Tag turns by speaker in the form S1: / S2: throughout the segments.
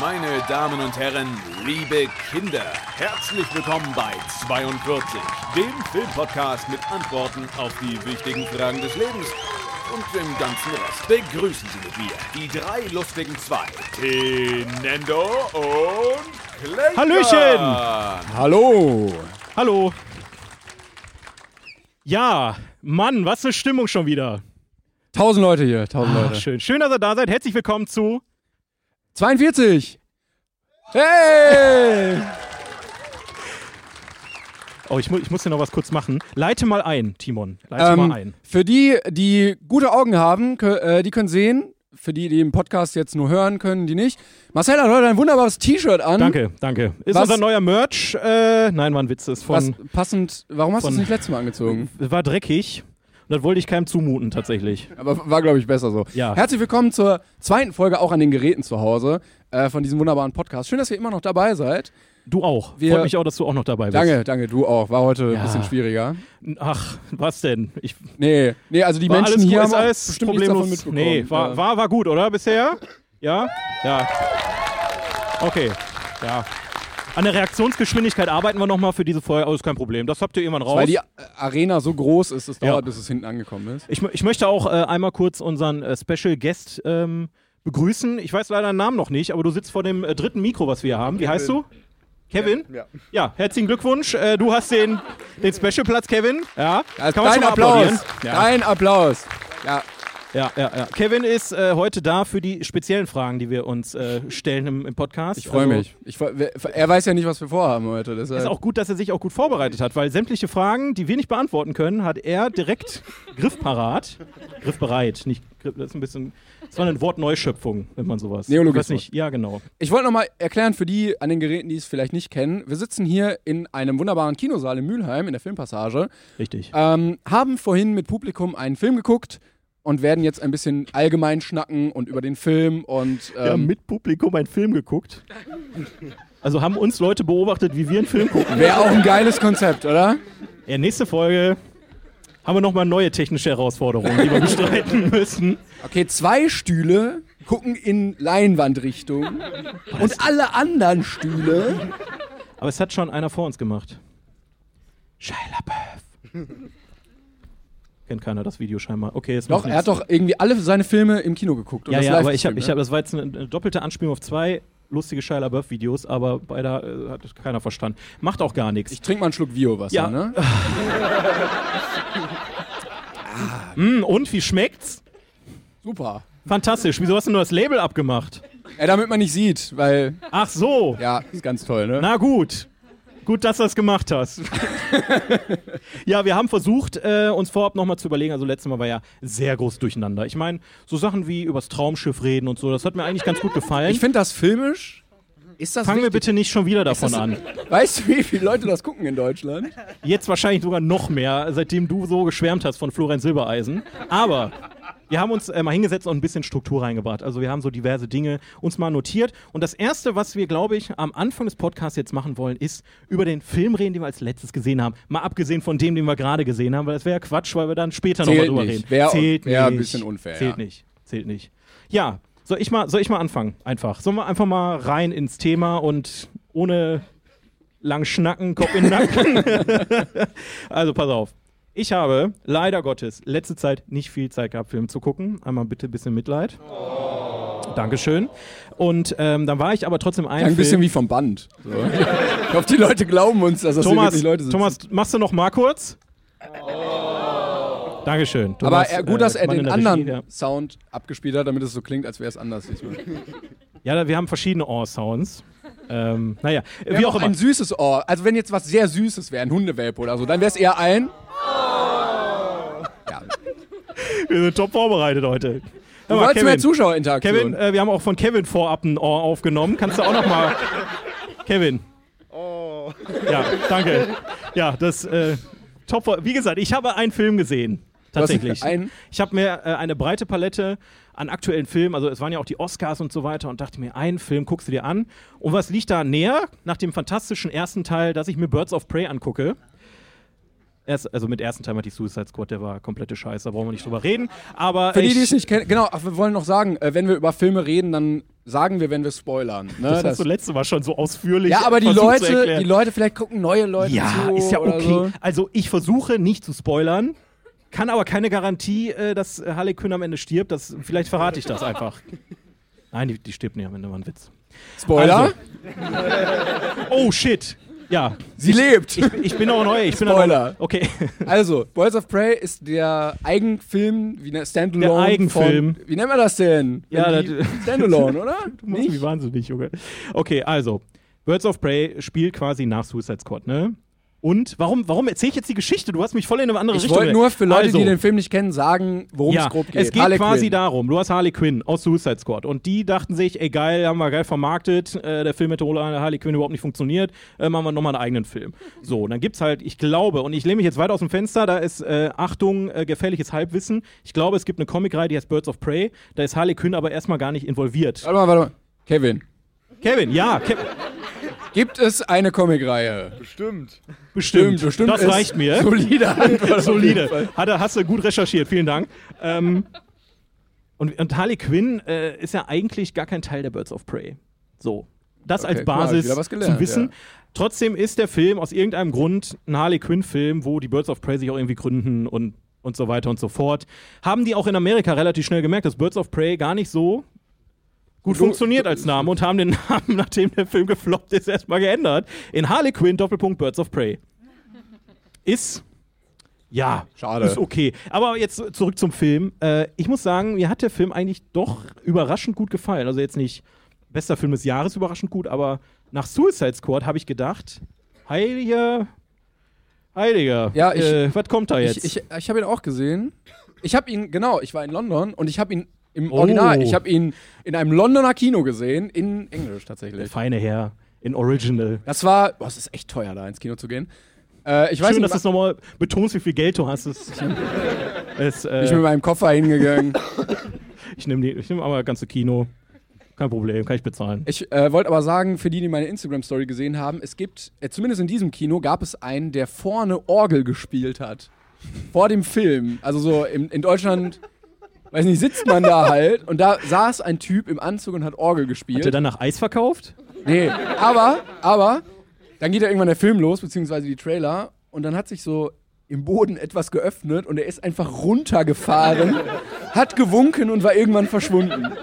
S1: Meine Damen und Herren, liebe Kinder, herzlich willkommen bei 42, dem Filmpodcast mit Antworten auf die wichtigen Fragen des Lebens und dem ganzen Rest. Begrüßen Sie mit mir die drei lustigen zwei, Tinendo und Clayton.
S2: Hallöchen!
S3: Hallo!
S2: Hallo. Ja, Mann, was für Stimmung schon wieder.
S3: Tausend Leute hier, tausend
S2: Ah,
S3: Leute.
S2: schön. Schön, dass ihr da seid. Herzlich willkommen zu.
S3: 42! Hey!
S2: Oh, ich, mu ich muss hier noch was kurz machen. Leite mal ein, Timon. Leite
S3: ähm,
S2: mal ein.
S3: für die, die gute Augen haben, kö- äh, die können sehen. Für die, die den Podcast jetzt nur hören können, die nicht. Marcel hat heute ein wunderbares T-Shirt an.
S2: Danke, danke. Ist
S3: was-
S2: unser neuer Merch. Äh, nein, war ein Witz. Ist
S3: Was
S2: von,
S3: passend, warum hast du es
S2: von-
S3: nicht letztes Mal angezogen?
S2: war dreckig. Und das wollte ich keinem zumuten, tatsächlich.
S3: Aber war, glaube ich, besser so.
S2: Ja.
S3: Herzlich willkommen zur zweiten Folge auch an den Geräten zu Hause äh, von diesem wunderbaren Podcast. Schön, dass ihr immer noch dabei seid.
S2: Du auch.
S3: Wir-
S2: Freut mich auch, dass du auch noch dabei bist.
S3: Danke, danke, du auch. War heute
S2: Ja.
S3: ein bisschen schwieriger.
S2: Ach, was denn? Ich,
S3: Nee, nee, also die
S2: war
S3: Menschen
S2: alles
S3: hier
S2: gut,
S3: haben
S2: ist
S3: auch
S2: alles
S3: bestimmt
S2: problemlos.
S3: nichts davon mitbekommen.
S2: nee, war,
S3: Ja.
S2: war, war gut, oder? Bisher? Ja? Ja. Okay. Ja. An der Reaktionsgeschwindigkeit arbeiten wir nochmal für diese Folge. Oh, ist kein Problem. Das habt ihr irgendwann raus.
S3: Weil die äh, Arena so groß ist, es dauert,
S2: Ja.
S3: bis es hinten angekommen ist.
S2: Ich, mö- ich möchte auch äh, einmal kurz unseren äh, Special Guest ähm, begrüßen. Ich weiß leider den Namen noch nicht, aber du sitzt vor dem äh, dritten Mikro, was wir hier haben. Wie heißt du? Kevin?
S3: Ja.
S2: Ja, herzlichen Glückwunsch. Äh, du hast den, den Special-Platz, Kevin. Ja,
S3: Also
S2: man schon
S3: dein
S2: mal applaudieren. Also
S3: Applaus! Dein Applaus! Ja,
S2: Ja, ja, ja. Kevin ist äh, heute da für die speziellen Fragen, die wir uns äh, stellen im, im Podcast.
S3: ich freue
S2: Also,
S3: mich. Ich, freu- wer- er weiß ja nicht, was wir vorhaben heute. Deshalb.
S2: Ist auch gut, dass er sich auch gut vorbereitet hat, weil sämtliche Fragen, die wir nicht beantworten können, hat er direkt griffparat. Griffbereit, nicht griff, das ist ein bisschen. Das war eine Wortneuschöpfung, wenn man sowas.
S3: Neologismus.
S2: Ich weiß nicht, ja, genau.
S3: Ich wollte nochmal erklären für die an den Geräten, die es vielleicht nicht kennen. Wir sitzen hier in einem wunderbaren Kinosaal in Mülheim in der Filmpassage,
S2: Richtig.
S3: ähm, haben vorhin mit Publikum einen Film geguckt und werden jetzt ein bisschen allgemein schnacken und über den Film und
S2: Wir haben
S3: ähm,
S2: mit Publikum einen Film geguckt. Also haben uns Leute beobachtet, wie wir einen Film gucken.
S3: wäre auch ein geiles Konzept, oder?
S2: Ja, nächste Folge haben wir nochmal neue technische Herausforderungen, die wir bestreiten müssen.
S3: Okay, zwei Stühle gucken in Leinwandrichtung und alle anderen Stühle.
S2: Aber es hat schon einer vor uns gemacht. Shia LaBeouf. Kennt keiner das Video scheinbar. Okay, jetzt
S3: Doch, er hat doch irgendwie alle seine Filme im Kino geguckt. Und
S2: Ja,
S3: das ne?
S2: ja,
S3: live
S2: aber ich habe,
S3: gestreamt,
S2: ich hab, das war jetzt eine, eine doppelte Anspielung auf zwei lustige Shia LaBeouf-Videos, aber beider äh, hat keiner verstanden. Macht auch gar nichts.
S3: Ich trinke mal einen Schluck Bio-Wasser,
S2: Ja.
S3: ne?
S2: Hm, und wie schmeckt's?
S3: Super.
S2: Fantastisch. Wieso hast du nur das Label abgemacht?
S3: Ja, damit man nicht sieht, weil,
S2: Ach so.
S3: ja, ist ganz toll, ne?
S2: Na gut. Gut, dass du das gemacht hast. ja, wir haben versucht, äh, uns vorab nochmal zu überlegen. Also, letztes Mal war ja sehr groß durcheinander. Ich meine, so Sachen wie übers Traumschiff reden und so, das hat mir eigentlich ganz gut gefallen.
S3: Ich finde das filmisch. Ist das
S2: Fangen wir
S3: wichtig?
S2: bitte nicht schon wieder davon an.
S3: Weißt du, wie viele Leute das gucken in Deutschland?
S2: Jetzt wahrscheinlich sogar noch mehr, seitdem du so geschwärmt hast von Florenz Silbereisen. Aber wir haben uns äh, mal hingesetzt und ein bisschen Struktur reingebracht. Also wir haben so diverse Dinge uns mal notiert. Und das Erste, was wir, glaube ich, am Anfang des Podcasts jetzt machen wollen, ist über den Film reden, den wir als letztes gesehen haben. Mal abgesehen von dem, den wir gerade gesehen haben, weil das wäre ja Quatsch, weil wir dann später nochmal
S3: Zählt
S2: drüber
S3: nicht.
S2: reden.
S3: Wär-
S2: Zählt
S3: wär ein
S2: nicht.
S3: bisschen unfair,
S2: Zählt
S3: ja.
S2: nicht. Zählt nicht. Ja, soll ich mal, soll ich mal anfangen? Einfach. Sollen wir einfach mal rein ins Thema und ohne lang schnacken, Kopf in den Nacken. also pass auf. Ich habe leider Gottes letzte Zeit nicht viel Zeit gehabt, Film zu gucken. Einmal bitte ein bisschen Mitleid. Dankeschön. Und ähm, dann war ich aber trotzdem ein,
S3: Klang Oh. ein bisschen
S2: Film.
S3: wie vom Band. So. Ich hoffe, die Leute glauben uns, dass das hier
S2: Thomas,
S3: wirklich Leute sind.
S2: Thomas, machst du noch mal kurz? Dankeschön.
S3: Oh. Aber
S2: Thomas,
S3: er, gut, dass
S2: äh,
S3: er
S2: Mann in
S3: den
S2: der
S3: anderen
S2: Regie, ja.
S3: Sound abgespielt hat, damit es so klingt, als wäre es anders diesmal.
S2: Ja, da- wir haben verschiedene Ohr-Sounds. Ähm, naja,
S3: Wir
S2: wie
S3: haben
S2: auch immer.
S3: Ein süßes Ohr. Also wenn jetzt was sehr Süßes wäre, ein Hundewelpe oder so, dann wäre es eher ein. Ja. Du
S2: Wir sind top vorbereitet heute. Du
S3: wolltest mehr Zuschauerinteraktion.
S2: Kevin, äh, wir haben auch von Kevin vorab ein Ohr aufgenommen. Kannst du auch noch mal... Kevin. Oh. Ja, danke. Ja, das... Äh, top. vor- Wie gesagt, ich habe einen Film gesehen.
S3: hast
S2: Tatsächlich.
S3: einen?
S2: Ich habe mir äh, eine breite Palette an aktuellen Filmen, also es waren ja auch die Oscars und so weiter, und dachte mir, einen Film guckst du dir an. Und was liegt da näher, nach dem fantastischen ersten Teil, dass ich mir Birds of Prey angucke? Erst, also mit ersten Teil hat die Suicide Squad, der war komplette Scheiße, da brauchen wir nicht drüber reden. Aber
S3: Für die,
S2: ich-
S3: die es nicht kennen, genau, ach, wir wollen noch sagen, äh, wenn wir über Filme reden, dann sagen wir, wenn wir spoilern. Ne?
S2: das hast du letzte Mal schon so ausführlich.
S3: ja, aber die
S2: versucht zu
S3: Leute,
S2: erklären.
S3: die Leute, vielleicht gucken neue Leute
S2: Ja,
S3: zu.
S2: ist ja
S3: oder
S2: okay.
S3: So.
S2: Also ich versuche nicht zu spoilern, kann aber keine Garantie, äh, dass äh, Harley Quinn am Ende stirbt. Das, vielleicht verrate ich das einfach. Nein, die, die stirbt nicht am Ende, war ein Witz.
S3: Spoiler,
S2: Also. Oh shit. Ja,
S3: sie lebt.
S2: ich, ich bin auch neu. Ich bin
S3: Spoiler.
S2: Auch, okay.
S3: Also, Boys of Prey ist der Eigenfilm, wie ne, Standalone.
S2: Der Eigenfilm.
S3: Von, wie nennt man das denn?
S2: Ja,
S3: Wenn die-
S2: das-
S3: Standalone, oder?
S2: Du machst mich wahnsinnig, Junge. Okay, also, Birds of Prey spielt quasi nach Suicide Squad, ne? Und warum, warum erzähle ich jetzt die Geschichte? Du hast mich voll in eine andere
S3: Ich
S2: Richtung.
S3: wollte nur für Leute,
S2: also,
S3: die den Film nicht kennen, sagen, worum es
S2: ja,
S3: grob geht.
S2: Es geht
S3: Harley
S2: quasi
S3: Quinn.
S2: darum, du hast Harley Quinn aus Suicide Squad und die dachten sich, ey geil, haben wir geil vermarktet, äh, der Film mit Har- Harley Quinn überhaupt nicht funktioniert, äh, machen wir nochmal einen eigenen Film. So, und dann gibt's halt, ich glaube, und ich lehne mich jetzt weit aus dem Fenster, da ist, äh, Achtung, äh, gefährliches Halbwissen, ich glaube, es gibt eine Comicreihe, die heißt Birds of Prey, da ist Harley Quinn aber erstmal gar nicht involviert.
S3: Warte mal, warte mal. Kevin,
S2: Kevin, ja, Ke
S3: gibt es eine Comicreihe?
S4: Bestimmt.
S2: bestimmt,
S3: bestimmt
S2: das
S3: ist
S2: reicht mir.
S3: Solide Antwort. auf jeden Fall.
S2: Solide. Hat, er- hast du gut recherchiert, vielen Dank. Ähm, und, und Harley Quinn äh, ist ja eigentlich gar kein Teil der Birds of Prey. So. Das
S3: Okay,
S2: als
S3: guck mal, hab ich
S2: Basis
S3: wieder was gelernt,
S2: zu wissen.
S3: ja.
S2: Trotzdem ist der Film aus irgendeinem Grund ein Harley Quinn-Film, wo die Birds of Prey sich auch irgendwie gründen und, und so weiter und so fort. Haben die auch in Amerika relativ schnell gemerkt, dass Birds of Prey gar nicht so gut
S3: So-
S2: funktioniert als Name und haben den Namen, nachdem der Film gefloppt ist, erstmal geändert. In Harley Quinn, Doppelpunkt Birds of Prey. Ist ja,
S3: Schade.
S2: Ist okay. Aber jetzt zurück zum Film. Äh, ich muss sagen, mir hat der Film eigentlich doch überraschend gut gefallen. Also jetzt nicht bester Film des Jahres überraschend gut, aber nach Suicide Squad habe ich gedacht, heiliger, heiliger.
S3: Ja, ich-
S2: äh, was kommt da jetzt?
S3: Ich, ich, ich habe ihn auch gesehen. Ich habe ihn, genau, ich war in London und ich habe ihn im
S2: Oh.
S3: Original, ich habe ihn in einem Londoner Kino gesehen, in Englisch
S2: der
S3: tatsächlich.
S2: feine Herr in Original.
S3: Das war, boah, es ist echt teuer, da ins Kino zu gehen. Äh, ich weiß
S2: Schön,
S3: nicht,
S2: dass du es nochmal betonst, wie viel Geld du hast. Es, es, äh,
S3: ich bin mit meinem Koffer hingegangen.
S2: ich nehme nehm aber das ganze Kino. Kein Problem, kann ich bezahlen.
S3: Ich äh, wollte aber sagen, für die, die meine Instagram-Story gesehen haben, es gibt, äh, zumindest in diesem Kino, gab es einen, der vorne Orgel gespielt hat. Vor dem Film. Also so im, in Deutschland, weiß nicht, sitzt man da halt und da saß ein Typ im Anzug und hat Orgel
S2: Hat
S3: gespielt.
S2: er dann nach Eis verkauft?
S3: Nee, aber, aber, dann geht ja irgendwann der Film los, beziehungsweise die Trailer, und dann hat sich so im Boden etwas geöffnet und er ist einfach runtergefahren, hat gewunken und war irgendwann verschwunden. Und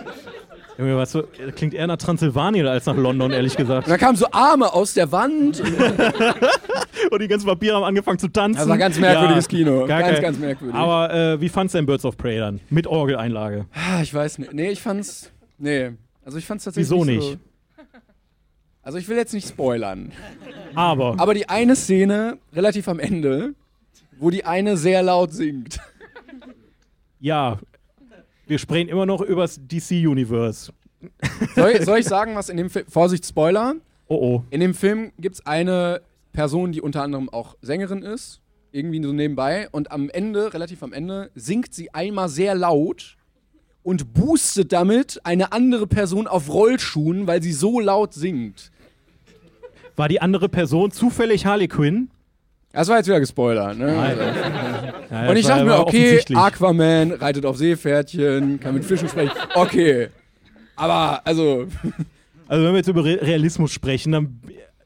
S2: Junge, weißt du, das klingt eher nach Transsilvanien als nach London, ehrlich gesagt.
S3: dann kamen so Arme aus der Wand. Und
S2: Und die ganzen Papiere haben angefangen zu tanzen.
S3: Das war ganz merkwürdiges Kino.
S2: gar
S3: Ganz,
S2: kein-
S3: ganz merkwürdig.
S2: Aber äh, wie fandst du denn Birds of Prey dann? Mit Orgeleinlage.
S3: Ah, ich weiß nicht. Nee, ich fand's. Nee. Also ich fand's tatsächlich.
S2: Wieso
S3: So.
S2: nicht?
S3: Also ich will jetzt nicht spoilern.
S2: Aber,
S3: Aber die eine Szene, relativ am Ende, wo die eine sehr laut singt.
S2: ja, wir sprechen immer noch übers DC-Universe.
S3: Soll, ich- soll ich sagen, was in dem Film. Vorsicht, Spoiler.
S2: Oh oh.
S3: In dem Film gibt es eine Person, die unter anderem auch Sängerin ist, irgendwie so nebenbei. Und am Ende, relativ am Ende, singt sie einmal sehr laut und boostet damit eine andere Person auf Rollschuhen, weil sie so laut singt.
S2: War die andere Person zufällig Harley Quinn?
S3: Das war jetzt wieder gespoilert, ne?
S2: Ja,
S3: Und
S2: das
S3: ich
S2: war-
S3: dachte mir,
S2: war
S3: okay,
S2: offensichtlich.
S3: Aquaman reitet auf Seepferdchen, kann mit Fischen sprechen. Okay. Aber, also,
S2: Also wenn wir jetzt über Re Realismus sprechen, dann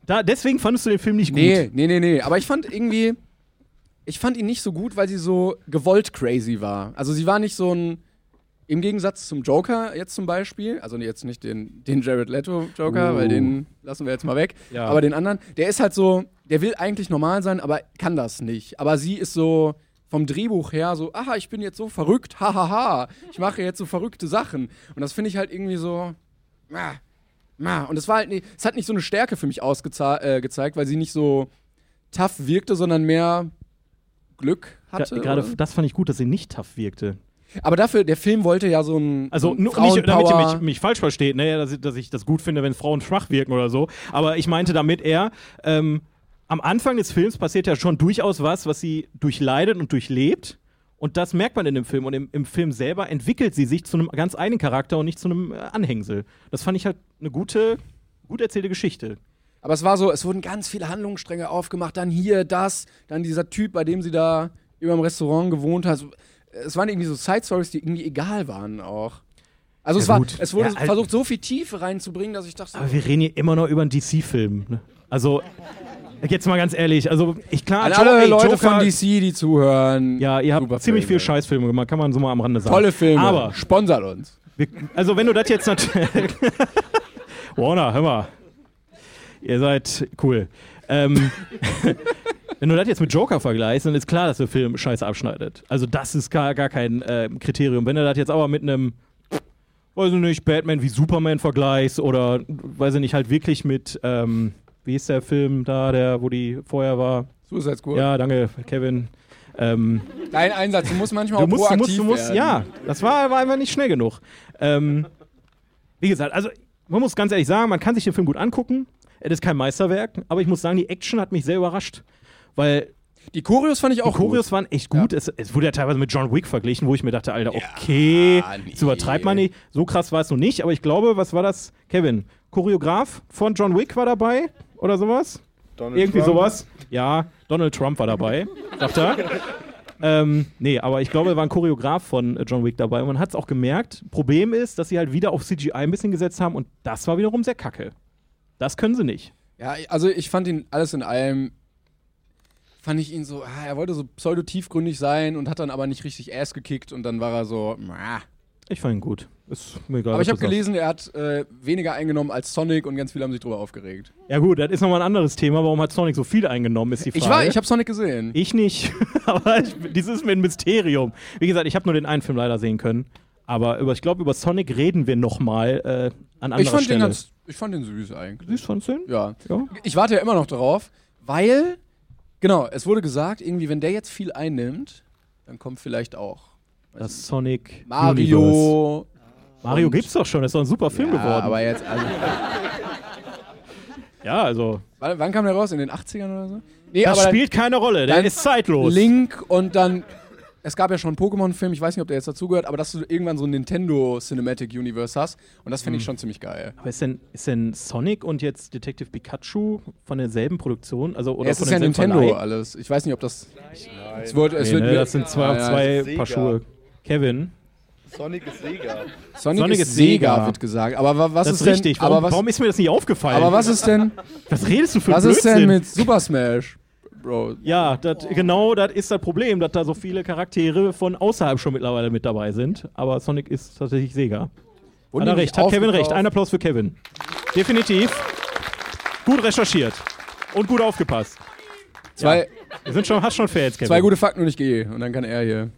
S2: da, deswegen fandest du den Film nicht gut.
S3: nee, nee, nee, nee. Aber ich fand irgendwie, ich fand ihn nicht so gut, weil sie so gewollt crazy war. Also sie war nicht so ein, im Gegensatz zum Joker jetzt zum Beispiel, also jetzt nicht den, den Jared Leto Joker,
S2: Oh.
S3: weil den lassen wir jetzt mal weg,
S2: Ja.
S3: aber den anderen, der ist halt so, der will eigentlich normal sein, aber kann das nicht. Aber sie ist so vom Drehbuch her so, aha, ich bin jetzt so verrückt, hahaha, ha, ha. ich mache jetzt so verrückte Sachen. Und das finde ich halt irgendwie so, ah, ah. und es war halt, nie- es hat nicht so eine Stärke für mich ausgezeigt, äh, gezeigt, weil sie nicht so tough wirkte, sondern mehr Glück hatte.
S2: Gra- Gerade
S3: oder?
S2: f- das fand ich gut, dass sie nicht tough wirkte.
S3: Aber dafür, der Film wollte ja so ein.
S2: Also
S3: ein
S2: nur, nicht, damit ihr
S3: Hm, Frauenpower-
S2: mich, mich falsch versteht, ne, dass, ich- dass ich das gut finde, wenn Frauen schwach wirken oder so. Aber ich meinte damit eher, ähm, am Anfang des Films passiert ja schon durchaus was, was sie durchleidet und durchlebt. Und das merkt man in dem Film. Und im, im Film selber entwickelt sie sich zu einem ganz eigenen Charakter und nicht zu einem äh, Anhängsel. Das fand ich halt eine gute, gut erzählte Geschichte.
S3: Aber es war so, es wurden ganz viele Handlungsstränge aufgemacht, dann hier, das, dann dieser Typ, bei dem sie da über im Restaurant gewohnt hat. So, Es waren irgendwie so Side-Stories, die irgendwie egal waren auch. Also es,
S2: Ja,
S3: war,
S2: gut.
S3: es wurde
S2: Ja, also-
S3: versucht, so viel Tiefe reinzubringen, dass ich dachte,
S2: Aber wir reden hier immer noch über einen DC-Film. Ne? Also, jetzt mal ganz ehrlich, also ich klar,
S3: an
S2: Jo-
S3: alle
S2: ey,
S3: Leute von
S2: Joker-
S3: DC, die zuhören.
S2: Ja, ihr habt
S3: super
S2: ziemlich
S3: Filme.
S2: viel Scheißfilme gemacht, kann man so mal am Rande sagen.
S3: Tolle Filme.
S2: Aber,
S3: sponsert uns.
S2: wir, also wenn du das jetzt natürlich... Warner, hör mal. Ihr seid cool. Ähm, wenn du das jetzt mit Joker vergleichst, dann ist klar, dass der Film scheiße abschneidet. Also das ist gar, gar kein äh, Kriterium. Wenn du das jetzt aber mit einem, weiß ich nicht, Batman wie Superman vergleichst oder, weiß ich nicht, halt wirklich mit, ähm, wie ist der Film da, der, wo die vorher war?
S3: Suicide Squad.
S2: Ja, danke, Kevin. Ähm,
S3: Dein Einsatz, du musst manchmal
S2: Du
S3: auch
S2: musst, du
S3: proaktiv
S2: musst, du musst,
S3: werden.
S2: ja, das war, war einfach nicht schnell genug. Ähm, wie gesagt, also man muss ganz ehrlich sagen, man kann sich den Film gut angucken. Es ist kein Meisterwerk, aber ich muss sagen, die Action hat mich sehr überrascht, weil
S3: Die Choreos fand ich auch
S2: die Choreos waren echt gut. Es, es wurde ja teilweise mit John Wick verglichen, wo ich mir dachte, Alter, okay,
S3: nee.
S2: das übertreibt man nicht. So krass war es noch nicht, aber ich glaube, was war das, Kevin? Choreograf von John Wick war dabei oder sowas?
S4: Donald
S2: Irgendwie
S4: Trump.
S2: sowas. Ja, Donald Trump war dabei, sagt er. Ähm, nee, aber ich glaube, da war ein Choreograf von äh, John Wick dabei und man hat es auch gemerkt. Problem ist, dass sie halt wieder auf CGI ein bisschen gesetzt haben und das war wiederum sehr kacke. Das können sie nicht.
S3: gut. Ja, also ich fand ihn alles in allem, fand ich ihn so, ah, er wollte so pseudo-tiefgründig sein und hat dann aber nicht richtig Ass gekickt und dann war er so, mah.
S2: Ich fand ihn gut. Ist mir egal.
S3: Aber ich
S2: was
S3: habe
S2: du sagst.
S3: gelesen, er hat äh, weniger eingenommen als Sonic und ganz viele haben sich drüber aufgeregt.
S2: Ja, gut, das ist nochmal ein anderes Thema. Warum hat Sonic so viel eingenommen, ist die Frage.
S3: Ich war, ich habe Sonic gesehen.
S2: Ich nicht. aber ich, dies ist mir ein Mysterium. Wie gesagt, ich habe nur den einen Film leider sehen können. Aber über, ich glaube, über Sonic reden wir nochmal äh, an anderer
S3: Ich fand
S2: Stelle.
S3: den ganz, ich fand den süß eigentlich.
S2: Süß fandst du den?
S3: Ja.
S2: Ja.
S3: Ich warte ja immer noch darauf, weil, genau, es wurde gesagt, irgendwie, wenn der jetzt viel einnimmt, dann kommt vielleicht auch
S2: Das Sonic
S3: Mario.
S2: Universe. Mario gibt's doch schon, das ist doch ein super Film
S3: Ja,
S2: geworden.
S3: aber jetzt, also,
S2: ja, also.
S3: wann, wann kam der raus? In den 80ern oder so? Nee,
S2: Das
S3: aber
S2: spielt keine Rolle, der
S3: dann
S2: ist zeitlos.
S3: Link und dann. Es gab ja schon einen Pokémon-Film, ich weiß nicht, ob der jetzt dazugehört, aber dass du irgendwann so ein Nintendo Cinematic Universe hast. Und das
S2: Hm.
S3: fände ich schon ziemlich geil.
S2: Aber ist denn, ist denn Sonic und jetzt Detective Pikachu von derselben Produktion? Also, oder
S3: Ja, es
S2: von
S3: ist ja
S2: demselben
S3: Nintendo
S2: Verleih?
S3: alles. Ich weiß nicht, ob das. Es wird, es
S2: Nee,
S3: wird
S2: ne,
S3: mir-
S2: das sind zwei,
S3: Ah, Ja, ja.
S2: zwei
S4: Sega.
S2: Paar Schuhe. Kevin,
S4: Sonic ist Sega.
S3: Sonic,
S2: Sonic
S3: ist
S2: ist
S3: Sega,
S2: Sega.
S3: wird gesagt. Aber wa- was
S2: das
S3: ist,
S2: ist richtig.
S3: Denn,
S2: Warum,
S3: aber was,
S2: warum ist mir das nicht aufgefallen?
S3: aber was ist denn,
S2: was redest du für
S3: was
S2: Blödsinn?
S3: ist denn mit Oh. Super Smash, Bro?
S2: ja, dat, genau das ist das Problem, dass da so viele Charaktere von außerhalb schon mittlerweile mit dabei sind. Aber Sonic ist tatsächlich Sega. Hat er recht, hat Kevin recht. Ein Applaus für Kevin. Definitiv. Gut recherchiert. Und gut aufgepasst.
S3: Zwei,
S2: Wir sind schon, hast schon Fans, Kevin.
S3: zwei gute Fakten und ich gehe. Und dann kann er hier.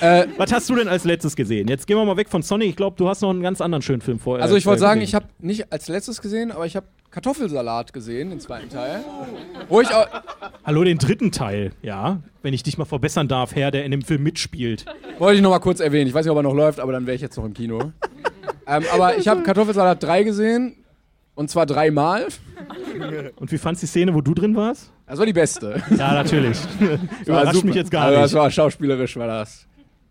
S3: äh,
S2: Was hast du denn als letztes gesehen? Jetzt gehen wir mal weg von Sonic. Ich glaube, du hast noch einen ganz anderen schönen Film vorher.
S3: also ich wollte
S2: äh,
S3: sagen, ich
S2: gesehen.
S3: habe nicht als letztes gesehen, aber ich habe Kartoffelsalat gesehen, den zweiten Teil. Wo ich auch,
S2: Hallo, den dritten Teil. Ja, wenn ich dich mal verbessern darf, Herr, der in dem Film mitspielt.
S3: wollte ich nochmal kurz erwähnen. Ich weiß nicht, ob er noch läuft, aber dann wäre ich jetzt noch im Kino. ähm, aber ich habe Kartoffelsalat 3 gesehen. Und zwar dreimal.
S2: Und wie fandst du die Szene, wo du drin warst?
S3: Das war die beste.
S2: Ja, natürlich.
S3: War
S2: Überrascht
S3: super.
S2: mich jetzt gar
S3: Also, Das
S2: nicht.
S3: war schauspielerisch, war das.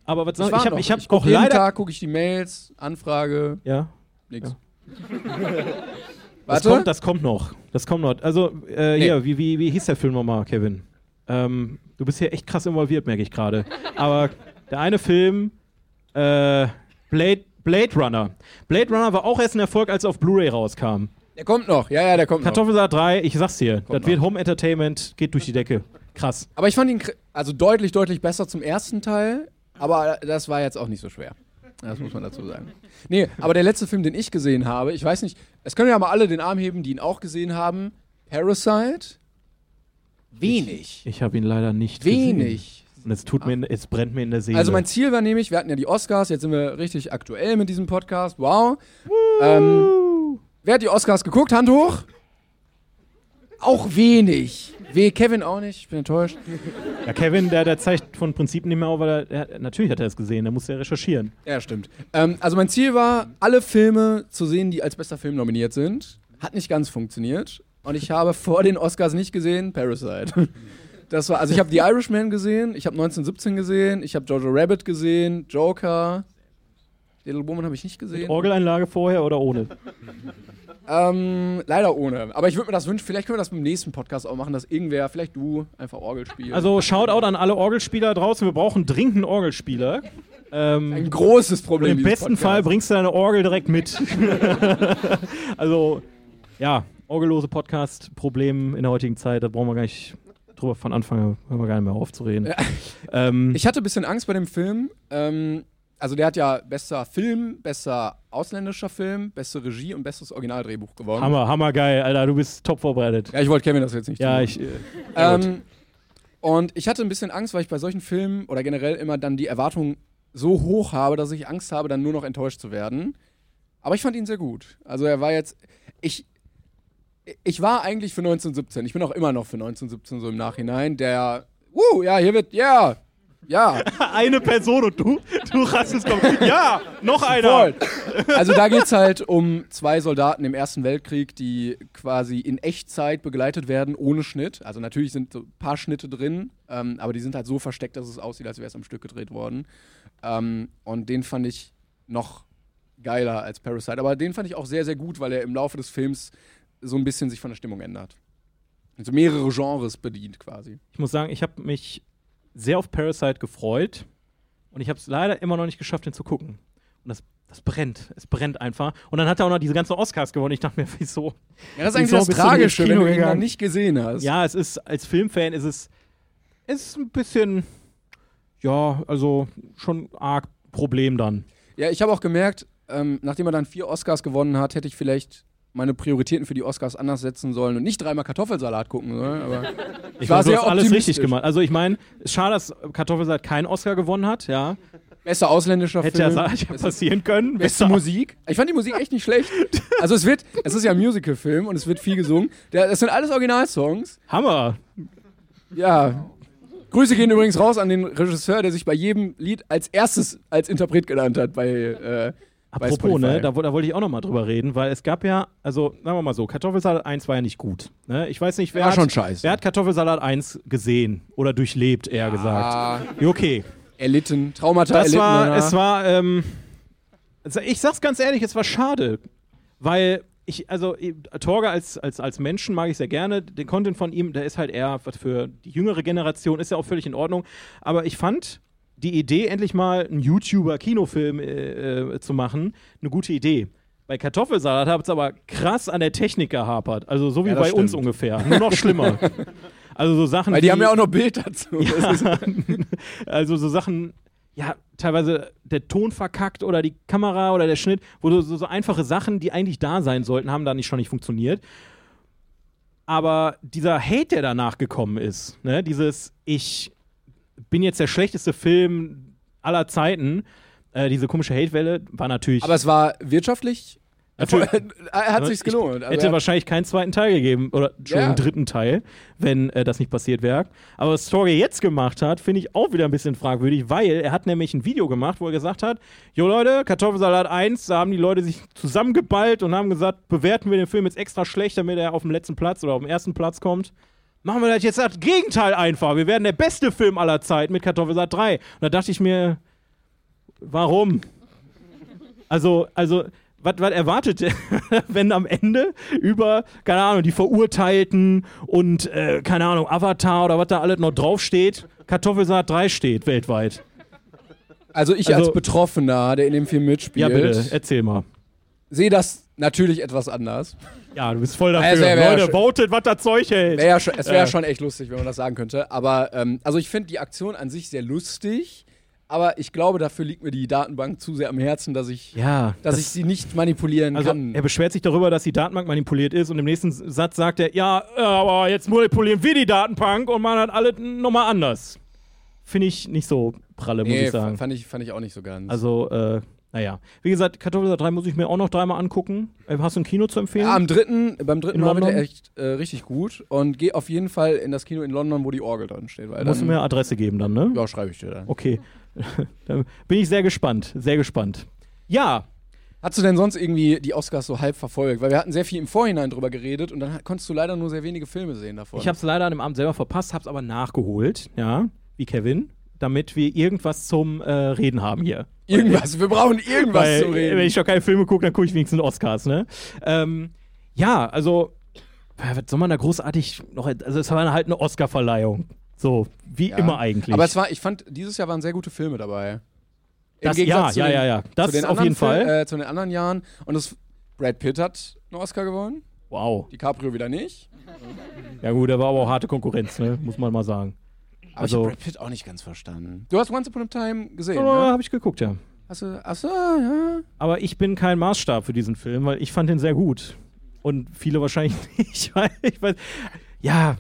S2: Aber was
S3: Das
S2: soll
S3: waren
S2: ich?
S3: doch.
S2: habe ich hab
S3: guck
S2: auch
S3: jeden
S2: leider.
S3: Tag gucke ich die Mails, Anfrage,
S2: Ja.
S3: nix.
S2: Ja. Das
S3: Warte,
S2: kommt, das kommt noch. Das kommt noch. Also, äh,
S3: Nee.
S2: hier, wie, wie, wie hieß der Film nochmal, Kevin? Ähm, du bist hier echt krass involviert, merke ich gerade. Aber der eine Film, äh, Blade, Blade Runner. Blade Runner war auch erst ein Erfolg, als er auf Blu-ray rauskam.
S3: der kommt noch. Ja, ja, der kommt noch.
S2: Kartoffelsalat 3, ich sag's dir, das
S3: noch.
S2: wird Home Entertainment, geht durch die Decke. Krass.
S3: Aber ich fand ihn kr- also deutlich, deutlich besser zum ersten Teil. Aber das war jetzt auch nicht so schwer. Das muss man dazu sagen. Nee, aber der letzte Film, den ich gesehen habe, ich weiß nicht, es können ja mal alle den Arm heben, die ihn auch gesehen haben. Parasite? Wenig.
S2: Ich habe ihn leider nicht gesehen.
S3: Wenig.
S2: Und es tut mir, in- es brennt mir in der Seele.
S3: Also mein Ziel war nämlich, wir hatten ja die Oscars, jetzt sind wir richtig aktuell mit diesem Podcast. Wow. Ähm, wer hat die Oscars geguckt? Hand hoch. Auch wenig. Weh, Kevin auch nicht, ich bin enttäuscht.
S2: ja, Kevin, der, der zeigt von Prinzip nicht mehr auf, weil er, er, natürlich hat er es gesehen, der muss ja recherchieren.
S3: Ja, stimmt. Ähm, also mein Ziel war, alle Filme zu sehen, die als bester Film nominiert sind. Hat nicht ganz funktioniert. Und ich habe vor den Oscars nicht gesehen Parasite. Das war, also ich habe The Irishman gesehen, ich habe 1917 gesehen, ich habe Jojo Rabbit gesehen, Joker. Little Woman habe ich nicht gesehen.
S2: Orgeleinlage vorher oder ohne?
S3: Ähm, leider ohne. Aber ich würde mir das wünschen, vielleicht können wir das beim nächsten Podcast auch machen, dass irgendwer, vielleicht du, einfach Orgel spielt.
S2: Also Shoutout an alle Orgelspieler draußen. Wir brauchen dringend einen Orgelspieler.
S3: ein großes Problem.
S2: Im
S3: dieses
S2: besten Fall
S3: Podcasts.
S2: bringst du deine Orgel direkt mit. also, ja, orgellose Podcast-Problem in der heutigen Zeit, da brauchen wir gar nicht drüber von Anfang an, hören wir gar nicht mehr aufzureden.
S3: Ja.
S2: Ähm,
S3: Ich hatte ein bisschen Angst bei dem Film. Ähm, also der hat ja bester Film, bester ausländischer Film, beste Regie und bestes Originaldrehbuch gewonnen.
S2: Hammer, hammergeil, Alter, du bist top vorbereitet.
S3: Ja, ich wollte Kevin das jetzt nicht.
S2: Ja,
S3: tun.
S2: ich. Äh,
S3: Ähm, und ich hatte ein bisschen Angst, weil ich bei solchen Filmen oder generell immer dann die Erwartung so hoch habe, dass ich Angst habe, dann nur noch enttäuscht zu werden. Aber ich fand ihn sehr gut. Also er war jetzt. Ich, ich war eigentlich für 1917. Ich bin auch immer noch für 1917 so im Nachhinein. Der. Uh, ja, hier wird. Ja! Ja!
S2: eine Person und du, du rastest komplett. Ja, noch einer.
S3: Voll. Also da geht es halt um zwei Soldaten im Ersten Weltkrieg, die quasi in Echtzeit begleitet werden, ohne Schnitt. Also natürlich sind so ein paar Schnitte drin, ähm, aber die sind halt so versteckt, dass es aussieht, als wäre es am Stück gedreht worden. Ähm, und den fand ich noch geiler als Parasite. Aber den fand ich auch sehr, sehr gut, weil er im Laufe des Films so ein bisschen sich von der Stimmung ändert. Also mehrere Genres bedient quasi.
S2: Ich muss sagen, ich habe mich sehr auf Parasite gefreut und ich habe es leider immer noch nicht geschafft, den zu gucken. Und das, das brennt. Es brennt einfach. Und dann hat er auch noch diese ganzen Oscars gewonnen. Ich dachte mir, wieso?
S3: Ja, das ist
S2: eigentlich
S3: eigentlich
S2: Wieso das
S3: das
S2: bist du nicht Tragische,
S3: Tragische,
S2: ins
S3: wenn
S2: Kino wenn
S3: du
S2: du ihn
S3: ihn
S2: gegangen? noch
S3: noch
S2: nicht
S3: nicht gesehen hast.
S2: Ja, es ist, als Filmfan ist es ist ein bisschen, ja, also schon arg Problem dann.
S3: Ja, ich habe auch gemerkt, ähm, nachdem er dann vier Oscars gewonnen hat, hätte ich vielleicht meine Prioritäten für die Oscars anders setzen sollen und nicht dreimal Kartoffelsalat gucken sollen. Aber
S2: Ich
S3: war
S2: meine, du
S3: sehr
S2: hast alles richtig
S3: optimistisch.
S2: gemacht. Also ich meine, es ist schade, dass Kartoffelsalat keinen Oscar gewonnen hat, ja.
S3: besser ausländischer
S2: Hätte ja
S3: Film.
S2: sa- hätte ja passieren können.
S3: Beste Musik. Ich fand die Musik echt nicht schlecht. Also es wird, es ist ja ein Musical-Film und es wird viel gesungen. Der- Das sind alles Originalsongs.
S2: Hammer.
S3: Ja. Grüße gehen übrigens raus an den Regisseur, der sich bei jedem Lied als erstes als Interpret genannt hat bei, äh, bei
S2: Apropos,
S3: Spotify.
S2: ne, da, wo- da wollte ich auch nochmal drüber reden, weil es gab ja, also sagen wir mal so, Kartoffelsalat 1 war ja nicht gut. Ne? Ich weiß nicht, wer,
S3: War
S2: hat,
S3: schon scheiße.
S2: wer hat Kartoffelsalat 1 gesehen oder durchlebt, eher gesagt. Okay,
S3: erlitten, Traumata
S2: das
S3: erlitten.
S2: war,
S3: danach.
S2: es war, ähm, also ich sag's ganz ehrlich, es war schade, weil ich, also eh, Torge als, als, als Menschen mag ich sehr gerne, den Content von ihm, der ist halt eher was für die jüngere Generation, ist ja auch völlig in Ordnung, aber ich fand die Idee, endlich mal einen YouTuber-Kinofilm äh, äh, zu machen, eine gute Idee. Bei Kartoffelsalat hat es aber krass an der Technik gehapert. Also so wie
S3: Ja, das
S2: bei uns
S3: stimmt.
S2: ungefähr. Nur noch schlimmer. also so Sachen
S3: Weil die
S2: wie,
S3: haben ja auch noch Bild dazu. Das ist-
S2: also so Sachen, ja, teilweise der Ton verkackt oder die Kamera oder der Schnitt, wo so, so, so einfache Sachen, die eigentlich da sein sollten, haben da nicht schon nicht funktioniert. Aber dieser Hate, der danach gekommen ist, ne, dieses Ich bin jetzt der schlechteste Film aller Zeiten, äh, diese komische Hatewelle war natürlich.
S3: Aber es war wirtschaftlich.
S2: Natürlich.
S3: er hat sich's
S2: Ich
S3: gelohnt. Also
S2: hätte
S3: er-
S2: wahrscheinlich keinen zweiten Teil gegeben oder Entschuldigung,
S3: Ja.
S2: dritten Teil, wenn äh, das nicht passiert wäre. Aber was Torge jetzt gemacht hat, finde ich auch wieder ein bisschen fragwürdig, weil er hat nämlich ein Video gemacht, wo er gesagt hat, Jo Leute, Kartoffelsalat 1, da haben die Leute sich zusammengeballt und haben gesagt, bewerten wir den Film jetzt extra schlecht, damit er auf dem letzten Platz oder auf dem ersten Platz kommt. Machen wir das jetzt das Gegenteil einfach. Wir werden der beste Film aller Zeit mit Kartoffelsalat 3. Und da dachte ich mir, warum? Also, also, was erwartet, ihr, wenn am Ende über, keine Ahnung, die Verurteilten und, äh, keine Ahnung, Avatar oder was da alles noch draufsteht, Kartoffelsaat 3 steht weltweit?
S3: also ich
S2: also-
S3: als Betroffener, der in dem Film
S2: Ja,
S3: mitspielt,
S2: bitte, erzähl mal.
S3: sehe das natürlich etwas anders.
S2: Ja, du bist voll dafür.
S3: Also, wär- wär
S2: Leute,
S3: schön.
S2: votet, was das Zeug hält.
S3: Wär ja schon, es wäre
S2: Äh.
S3: ja schon echt lustig, wenn man das sagen könnte. Aber ähm, also ich finde die Aktion an sich sehr lustig. Aber ich glaube, dafür liegt mir die Datenbank zu sehr am Herzen, dass ich,
S2: ja,
S3: dass ich sie nicht manipulieren
S2: Also
S3: kann.
S2: er beschwert sich darüber, dass die Datenbank manipuliert ist und im nächsten S- Satz sagt er, ja, äh, aber jetzt manipulieren wir die Datenbank und machen halt alles nochmal anders. Finde ich nicht so pralle, muss
S3: nee,
S2: ich sagen.
S3: Fand, ich, fand ich auch nicht so ganz.
S2: Also, äh, naja. Wie gesagt, Kartoffelsalat 3 muss ich mir auch noch dreimal angucken. Äh, Hast du ein Kino zu empfehlen?
S3: ja, am dritten, beim dritten
S2: In
S3: Mal wird er
S2: London?
S3: echt äh, richtig gut und geh auf jeden Fall in das Kino in London, wo die Orgel dran steht. Weil
S2: Musst du
S3: dann,
S2: mir Adresse geben dann, ne?
S3: ja, schreibe ich dir dann.
S2: Okay. Dann bin ich sehr gespannt. Sehr gespannt. Ja,
S3: Hast du denn sonst irgendwie die Oscars so halb verfolgt? Weil wir hatten sehr viel im Vorhinein drüber geredet und dann hat- konntest du leider nur sehr wenige Filme sehen davon.
S2: ich habe es leider an dem Abend selber verpasst, habe es aber nachgeholt. Ja, wie Kevin. damit wir irgendwas zum äh, Reden haben hier.
S3: Irgendwas, wir brauchen irgendwas
S2: Weil, äh,
S3: zu reden.
S2: Wenn ich schon keine Filme gucke, dann gucke ich wenigstens Oscars, ne? Ähm, ja, also, ja, was soll man da großartig noch. Also, es war halt eine Oscar-Verleihung. So, wie
S3: Ja.
S2: immer eigentlich.
S3: Aber es war, ich fand, dieses Jahr waren sehr gute Filme dabei. Im
S2: das, ja,
S3: Gegensatz zu
S2: ja,
S3: den-
S2: ja, ja. Das
S3: zu den
S2: auf jeden
S3: anderen Fil-
S2: Fall.
S3: Äh, zu den anderen Jahren. Und das, Brad Pitt hat einen Oscar gewonnen,
S2: wow.
S3: DiCaprio wieder nicht.
S2: Ja, gut, da war aber auch harte Konkurrenz, ne? Muss man mal sagen.
S3: Aber
S2: Also- Oh.
S3: ich hab Brad Pitt auch nicht ganz verstanden. Du hast Once Upon a Time gesehen,
S2: Aber
S3: ne?
S2: habe ich geguckt, ja.
S3: Hast du, achso, ja.
S2: Aber ich bin kein Maßstab für diesen Film, weil ich fand den sehr gut. Und viele wahrscheinlich nicht. Weil ich weiß, ja,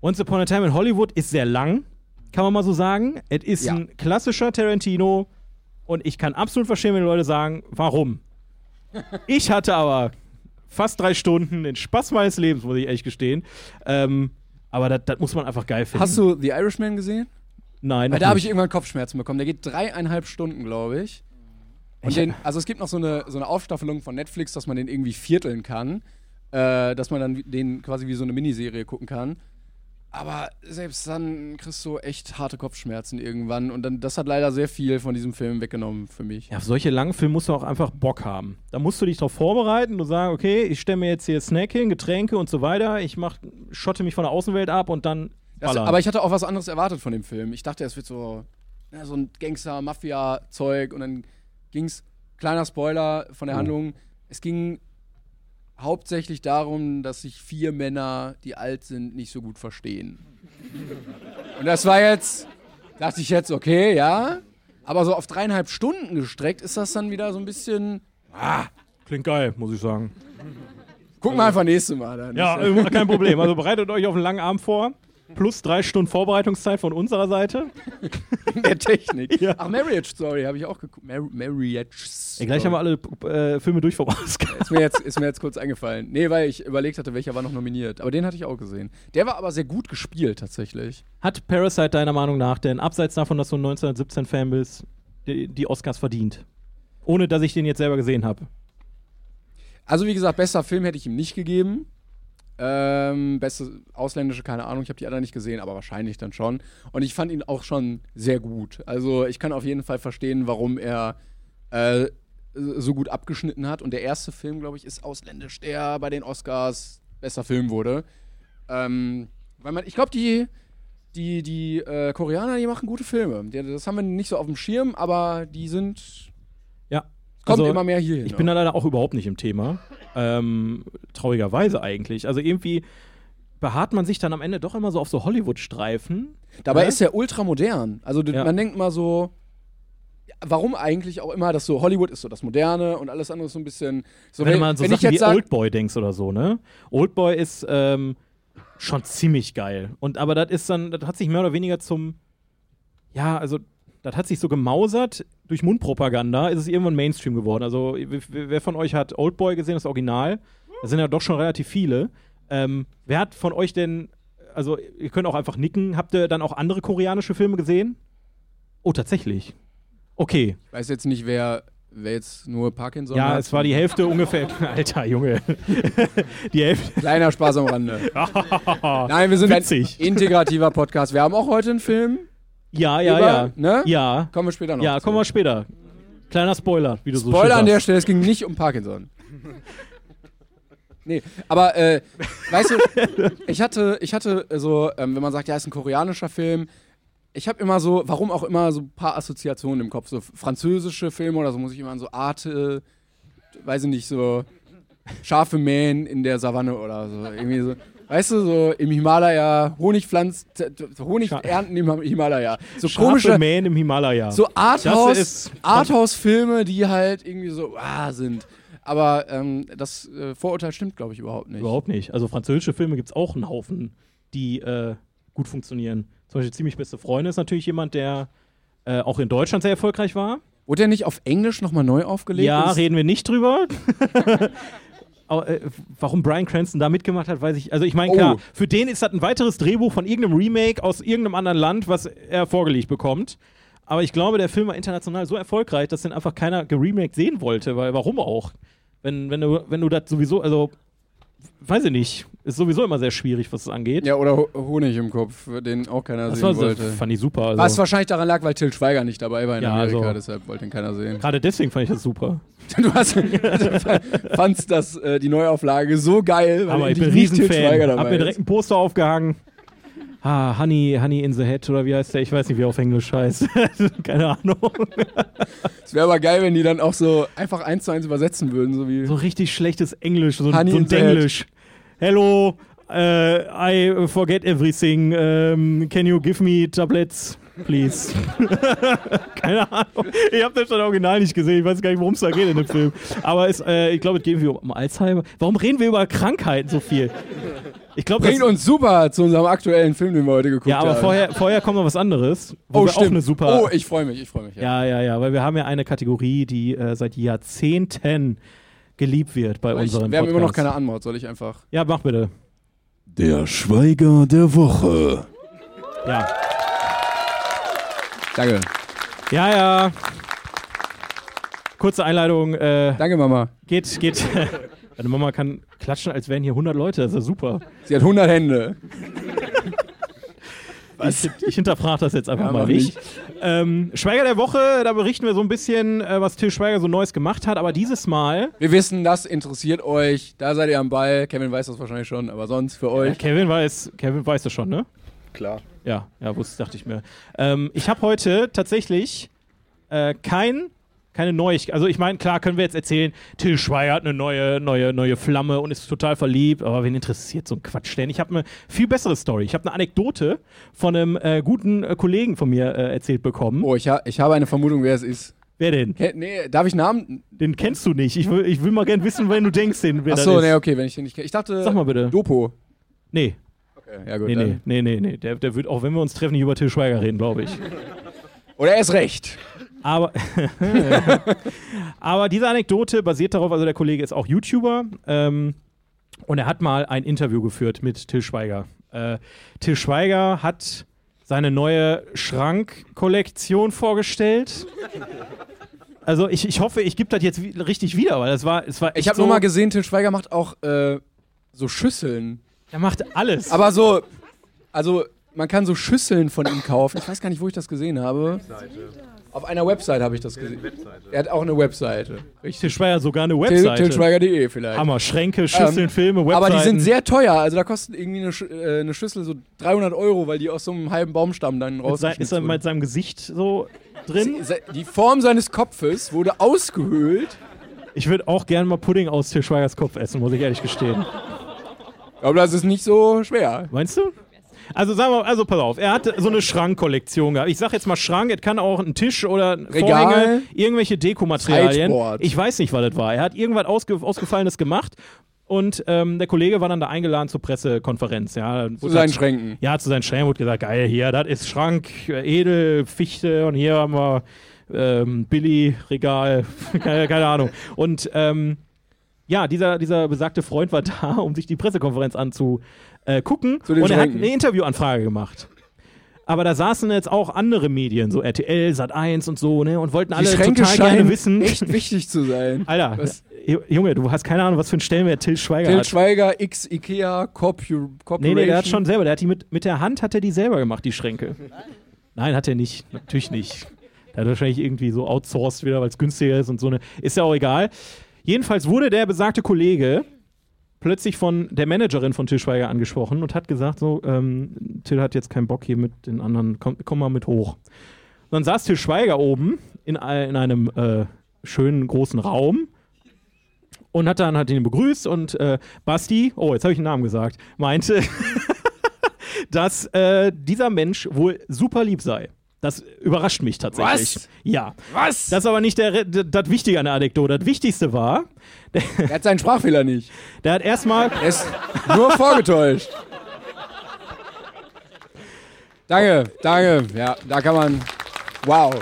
S2: Once Upon a Time in Hollywood ist sehr lang, kann man mal so sagen. Es ist
S3: Ja.
S2: ein klassischer Tarantino und ich kann absolut verstehen, wenn Leute sagen, warum. Ich hatte aber fast drei Stunden den Spaß meines Lebens, muss ich ehrlich gestehen. Ähm, aber das, das muss man einfach geil finden.
S3: Hast du The Irishman gesehen?
S2: Nein,
S3: Weil
S2: noch
S3: da habe ich
S2: nicht.
S3: irgendwann Kopfschmerzen bekommen. Der geht dreieinhalb Stunden, glaube ich. Und
S2: Ich-
S3: den, also es gibt noch so eine, so eine Aufstaffelung von Netflix, dass man den irgendwie vierteln kann. Äh, dass man dann wie- den quasi wie so eine Miniserie gucken kann. Aber selbst dann kriegst du echt harte Kopfschmerzen irgendwann. Und dann, das hat leider sehr viel von diesem Film weggenommen für mich.
S2: Ja, auf solche langen Filme musst du auch einfach Bock haben. Da musst du dich drauf vorbereiten und sagen, okay, ich stelle mir jetzt hier Snack hin, Getränke und so weiter. Ich mach, schotte mich von der Außenwelt ab und dann
S3: Das,
S2: ballern.
S3: aber ich hatte auch was anderes erwartet von dem Film. Ich dachte, es wird so, na, so ein Gangster-Mafia-Zeug und dann ging's, kleiner Spoiler von der
S2: Oh.
S3: Handlung, es ging hauptsächlich darum, dass sich vier Männer, die alt sind, nicht so gut verstehen. und das war jetzt, dachte ich jetzt, okay, ja, aber so auf dreieinhalb Stunden gestreckt ist das dann wieder so ein bisschen,
S2: Klingt geil, muss ich sagen.
S3: gucken wir einfach nächstes Mal dann.
S2: Also- Ja, äh, kein Problem. Also bereitet euch auf einen langen Arm vor. Plus drei Stunden Vorbereitungszeit von unserer Seite.
S3: in der Technik.
S2: Ja.
S3: Ach, Marriage Story habe ich auch geguckt. Mar Marriage Story.
S2: Ey, gleich haben wir alle äh, Filme durch vom Oscar.
S3: Ist mir, jetzt, ist mir jetzt kurz eingefallen. Nee, weil ich überlegt hatte, welcher war noch nominiert. Aber den hatte ich auch gesehen. Der war aber sehr gut gespielt, tatsächlich.
S2: Hat Parasite deiner Meinung nach denn, abseits davon, dass du ein 1917-Fan bist, die, die Oscars verdient? Ohne, dass ich den jetzt selber gesehen habe.
S3: Also, wie gesagt, bester Film hätte ich ihm nicht gegeben. Ähm, beste ausländische, keine Ahnung, ich habe die anderen nicht gesehen, aber wahrscheinlich dann schon. Und ich fand ihn auch schon sehr gut. Also, ich kann auf jeden Fall verstehen, warum er äh, so gut abgeschnitten hat. Und der erste Film, glaube ich, ist ausländisch, der bei den Oscars bester Film wurde. Ähm, weil man, ich glaube, die, die, die äh, Koreaner, die machen gute Filme. Die, das haben wir nicht so auf dem Schirm, aber die sind.
S2: Ja.
S3: Kommt
S2: Also,
S3: immer mehr hier.
S2: Ich bin da leider auch überhaupt nicht im Thema. Ähm, traurigerweise eigentlich. Also irgendwie beharrt man sich dann am Ende doch immer so auf so Hollywood-Streifen.
S3: Dabei
S2: Ja?
S3: ist er ultramodern. Also du-
S2: Ja.
S3: man denkt mal so, ja, warum eigentlich auch immer, dass so Hollywood ist so das Moderne und alles andere ist so ein bisschen. So,
S2: Wenn du mal an so Sachen wie
S3: sag-
S2: Oldboy denkst oder so, ne? Oldboy ist ähm, schon ziemlich geil. Und aber das ist dann, das hat sich mehr oder weniger zum, ja, also das hat sich so gemausert durch Mundpropaganda, ist es irgendwann Mainstream geworden. Also w- w- wer von euch hat Oldboy gesehen, das Original? Das sind ja doch schon relativ viele. Ähm, wer hat von euch denn, also ihr könnt auch einfach nicken, habt ihr dann auch andere koreanische Filme gesehen? Oh, tatsächlich. Okay,
S3: ich weiß jetzt nicht, wer, wer jetzt nur Parkinson
S2: ja,
S3: hat.
S2: es war die Hälfte ungefähr. Alter, Junge. die Hälfte
S3: Kleiner Spaß am Rande. Nein, wir sind
S2: Witzig.
S3: ein integrativer Podcast. Wir haben auch heute einen Film.
S2: Ja, ja,
S3: Über,
S2: ja.
S3: ne?
S2: Ja,
S3: Kommen wir später noch.
S2: ja
S3: zu.
S2: kommen wir später. Kleiner Spoiler, wie du so schön
S3: Spoiler an der
S2: sagst.
S3: Stelle, es ging nicht um Parkinson. Nee, aber äh, weißt du, ich hatte, ich hatte so, ähm, wenn man sagt, ja, ist ein koreanischer Film, ich habe immer so, warum auch immer, so ein paar Assoziationen im Kopf. So französische Filme oder so muss ich immer an so Arte, weiß ich nicht, so Schafe mähen in der Savanne oder so. Irgendwie so. Weißt du, so im Himalaya, Honig pflanzt, t- t- Honig
S2: Scha-
S3: ernten im Himalaya. So
S2: Schafe
S3: komische,
S2: Mähen im Himalaya.
S3: so Arthouse,
S2: ist-
S3: Arthouse-Filme, die halt irgendwie so ah, sind. Aber ähm, das äh, Vorurteil stimmt, glaube ich, überhaupt nicht.
S2: Überhaupt nicht. Also französische Filme gibt es auch einen Haufen, die äh, gut funktionieren. Zum Beispiel Ziemlich beste Freunde ist natürlich jemand, der äh, auch in Deutschland sehr erfolgreich war.
S3: Wurde der nicht auf Englisch nochmal neu aufgelegt?
S2: Ja,
S3: Ist-
S2: reden wir nicht drüber. Aber, äh, warum Brian Cranston da mitgemacht hat, weiß ich. Also ich meine, klar,
S3: Oh.
S2: für den ist das ein weiteres Drehbuch von irgendeinem Remake aus irgendeinem anderen Land, was er vorgelegt bekommt. Aber ich glaube, der Film war international so erfolgreich, dass den einfach keiner geremaked sehen wollte, weil warum auch? Wenn, wenn du, wenn du das sowieso, also weiß ich nicht. Ist sowieso immer sehr schwierig, was es angeht.
S3: Ja, oder Ho- Honig im Kopf, den auch keiner
S2: das war,
S3: sehen
S2: so-
S3: wollte. Ah,
S2: fand ich super. Also.
S3: Was wahrscheinlich daran lag, weil Till Schweiger nicht dabei war in
S2: Ja,
S3: Amerika,
S2: also-
S3: deshalb wollte ihn keiner sehen.
S2: Gerade deswegen fand ich das super.
S3: Du hast, fandst das, äh, die Neuauflage so geil, weil
S2: Aber ich
S3: endlich
S2: bin
S3: nicht Til
S2: Riesenfan. Hab
S3: dabei
S2: mir
S3: ist.
S2: direkt ein Poster aufgehangen. Ah, Honey, Honey in the Head oder wie heißt der? Ich weiß nicht, wie er auf Englisch heißt. Keine Ahnung.
S3: Es wäre aber geil, wenn die dann auch so einfach eins zu eins übersetzen würden, so wie.
S2: So richtig schlechtes Englisch, so,
S3: Honey
S2: so ein
S3: in the Head.
S2: Denglisch. Hello, äh, I forget everything. Ähm, can you give me tablets, please? Keine Ahnung. Ich habe das schon original nicht gesehen. Ich weiß gar nicht, worum es da geht in dem Film. Aber es, äh, ich glaube, es geht irgendwie um Alzheimer. Warum reden wir über Krankheiten so viel? Ich glaube, das-
S3: Bringt uns super zu unserem aktuellen Film, den wir heute geguckt
S2: Ja, aber
S3: haben.
S2: vorher, vorher kommt noch was anderes. Wo
S3: Oh,
S2: wir
S3: stimmt.
S2: auch eine super.
S3: oh, ich freue mich, ich freue mich.
S2: ja, ja, ja, weil wir haben ja eine Kategorie, die äh, seit Jahrzehnten geliebt wird bei
S3: ich,
S2: unseren
S3: wir haben immer noch
S2: Podcasts.
S3: keine Antwort, soll ich einfach.
S2: Ja, mach bitte.
S5: Der Schweiger der Woche.
S2: Ja.
S3: Danke.
S2: Ja, ja. Kurze Einleitung. Äh,
S3: Danke, Mama.
S2: geht, geht. Meine Mama kann klatschen, als wären hier 100 Leute. Das ist ja super.
S3: Sie hat 100 Hände.
S2: Ich, ich hinterfrage das jetzt einfach
S3: Ja,
S2: mal
S3: mach
S2: nicht. Ähm, Schweiger der Woche, da berichten wir so ein bisschen, äh, was Till Schweiger so Neues gemacht hat. Aber dieses Mal
S3: Wir wissen, das interessiert euch. Da seid ihr am Ball. Kevin weiß das wahrscheinlich schon, aber sonst für
S2: Ja,
S3: euch.
S2: Äh, Kevin weiß, Kevin weiß das schon, ne?
S4: Klar.
S2: Ja, ja, wusste, dachte ich mir. Ähm, ich habe heute tatsächlich äh, kein, keine Neuigkeit. Also ich meine, klar können wir jetzt erzählen, Till Schweiger hat eine neue, neue, neue Flamme und ist total verliebt, aber wen interessiert so ein Quatsch denn? Ich habe eine viel bessere Story. Ich habe eine Anekdote von einem äh, guten äh, Kollegen von mir äh, erzählt bekommen.
S3: Oh, ich, ha ich habe eine Vermutung, wer es ist.
S2: Wer denn?
S3: Ke nee, darf ich Namen?
S2: Den kennst du nicht. Ich will, ich will mal gern wissen, wenn du denkst, den, wer
S3: Achso,
S2: das ist.
S3: nee, okay, wenn ich den nicht kenne. Ich dachte.
S2: Sag mal bitte.
S3: Dopo.
S2: Nee,
S3: Okay, ja, gut.
S2: nee, nee,
S3: dann.
S2: nee, nee, nee. Der, der wird, auch wenn wir uns treffen, nicht über Till Schweiger reden, glaube ich.
S3: Oder er ist recht.
S2: Aber, aber diese Anekdote basiert darauf, also der Kollege ist auch YouTuber ähm, und er hat mal ein Interview geführt mit Till Schweiger. Äh, Till Schweiger hat seine neue Schrankkollektion vorgestellt. Also ich, ich hoffe, ich gebe das jetzt wi- richtig wieder, weil das war, es war
S3: Ich
S2: echt
S3: habe
S2: so,
S3: nur mal gesehen, Till Schweiger macht auch äh, so Schüsseln.
S2: Er macht alles.
S3: Aber so. Also, man kann so Schüsseln von ihm kaufen. Ich weiß gar nicht, wo ich das gesehen habe. Auf einer Website habe ich das gesehen. Er hat auch eine Webseite.
S2: Till Schweiger hat sogar eine
S3: Till-
S2: Webseite.
S3: Tilschweiger.de vielleicht.
S2: Hammer, Schränke, Schüsseln,
S3: Ähm,
S2: Filme, Webseiten.
S3: Aber die sind sehr teuer. Also da kostet irgendwie eine, Sch äh, eine Schüssel so 300 Euro, weil die aus so einem halben Baumstamm dann
S2: Mit sein- Ist er
S3: rausgeschnitten
S2: mit
S3: wurden.
S2: seinem Gesicht so drin?
S3: Se- Die Form seines Kopfes wurde ausgehöhlt.
S2: Ich würde auch gerne mal Pudding aus Til Schweigers Kopf essen, muss ich ehrlich gestehen.
S3: Aber das ist nicht so schwer.
S2: Meinst du? Also sagen wir, mal, also pass auf, er hatte so eine Schrankkollektion gehabt. Ich sag jetzt mal Schrank, es kann auch ein Tisch oder ein
S3: Regal.
S2: Vorhänge, irgendwelche Dekomaterialien.
S3: Sideboard.
S2: Ich weiß nicht, was das war. Er hat irgendwas ausge Ausgefallenes gemacht und ähm, der Kollege war dann da eingeladen zur Pressekonferenz. Ja,
S3: Zu seinen Schränken.
S2: Ja, zu seinen Schränken wurde gesagt, geil, hier, das ist Schrank, äh, edel, Fichte und hier haben wir ähm, Billy-Regal, keine, keine Ahnung. Und ähm, ja, dieser, dieser besagte Freund war da, um sich die Pressekonferenz anzugucken
S3: Zu den
S2: und er hat
S3: Schränken.
S2: eine Interviewanfrage gemacht. Aber da saßen jetzt auch andere Medien, so RTL, Sat1 und so, ne, und wollten
S3: Die
S2: alle
S3: Schränke
S2: total gerne
S3: scheinen
S2: wissen.
S3: echt wichtig zu sein.
S2: Alter,
S3: Was?
S2: äh, Junge, du hast keine Ahnung, was für einen Stellenwert Till Schweiger
S3: Till
S2: hat.
S3: Schweiger, X, Ikea, Corpu- Corporation.
S2: Nee, nee, der hat schon selber, der hat die mit, mit der Hand hat er die selber gemacht, die Schränke. Nein, hat er nicht. Natürlich nicht. Der hat wahrscheinlich irgendwie so outsourced wieder, weil es günstiger ist und so eine. Ist ja auch egal. Jedenfalls wurde der besagte Kollege plötzlich von der Managerin von Till Schweiger angesprochen und hat gesagt: So, ähm, Till hat jetzt keinen Bock hier mit den anderen, komm, komm mal mit hoch. Und dann saß Till Schweiger oben in, ei- in einem äh, schönen großen Raum und hat dann hat ihn begrüßt und äh, Basti, oh, jetzt habe ich den Namen gesagt, meinte, dass äh, dieser Mensch wohl super lieb sei. Das überrascht mich tatsächlich.
S3: Was?
S2: Ja.
S3: Was?
S2: Das ist aber nicht der, das das Wichtige an der Anekdote. Das Wichtigste war,
S3: Er hat seinen Sprachfehler nicht.
S2: der hat erstmal
S3: Er ist nur vorgetäuscht. Danke, danke. Ja, da kann man. Wow.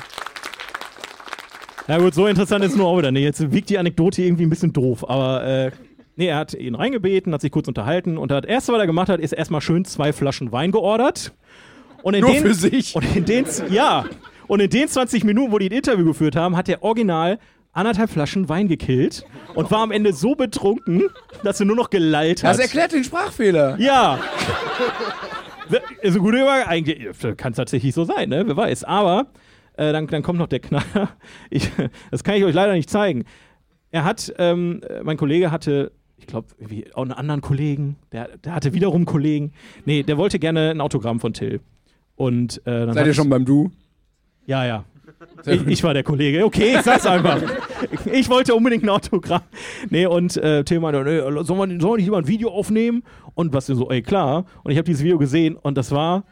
S2: Na gut, so interessant ist es nur auch wieder. Nee, jetzt wiegt die Anekdote irgendwie ein bisschen doof, aber äh, nee, er hat ihn reingebeten, hat sich kurz unterhalten und hat erst, was er gemacht hat, ist erstmal schön zwei Flaschen Wein geordert. Und in
S3: Nur
S2: den, Oh,
S3: für sich.
S2: Und in den, ja. Und in den 20 Minuten, wo die ein Interview geführt haben, hat er original anderthalb Flaschen Wein gekillt und war am Ende so betrunken, dass er nur noch gelallt hat.
S3: Das erklärt den Sprachfehler.
S2: Ja. so gut über eigentlich kann es tatsächlich so sein, ne? Wer weiß. Aber äh, dann, dann kommt noch der Knaller. Ich, das kann ich euch leider nicht zeigen. Er hat, ähm, mein Kollege hatte, ich glaube, auch einen anderen Kollegen, der, der hatte wiederum Kollegen. Nee, der wollte gerne ein Autogramm von Till. Und äh, dann
S3: Seid ihr
S2: hat-
S3: schon beim Du?
S2: Ja, ja.
S3: Äh,
S2: Ich, ich war der Kollege. Okay, ich sag's einfach. Ich wollte unbedingt ein Autogramm. Nee, und äh, Till meinte, nee, soll man, soll man nicht lieber ein Video aufnehmen? Und Basti so, ey, klar. Und ich habe dieses Video gesehen und das war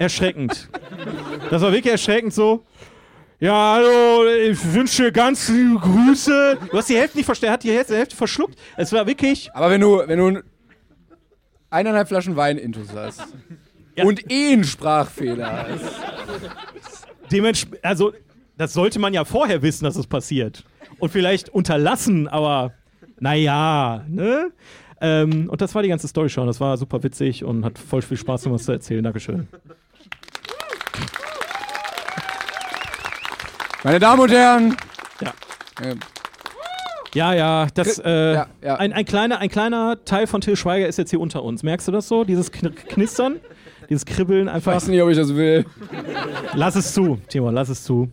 S2: erschreckend. Das war wirklich erschreckend so. Ja, hallo, ich wünsche ganz liebe Grüße. Du hast die Hälfte nicht verstanden, er hat die Hälfte, Hälfte verschluckt. Es war wirklich.
S3: Aber wenn du, wenn du eineinhalb Flaschen Wein intus hast und eh einen Sprachfehler hast.
S2: dementsprechend, also das sollte man ja vorher wissen, dass es passiert. Und vielleicht unterlassen, aber naja, ne? Ähm, und das war die ganze Story schon. Das war super witzig und hat voll viel Spaß, um was zu erzählen. Dankeschön.
S3: Meine Damen und Herren.
S2: Ja.
S3: Ähm,
S2: Ja, ja, das, äh,
S3: Ja, ja.
S2: Ein, ein, kleiner, ein kleiner Teil von Till Schweiger ist jetzt hier unter uns. Merkst du das so? Dieses Kn Knistern, dieses Kribbeln
S3: Ich
S2: einfach.
S3: weiß nicht, ob ich das will.
S2: Lass es zu, Timon, lass es zu.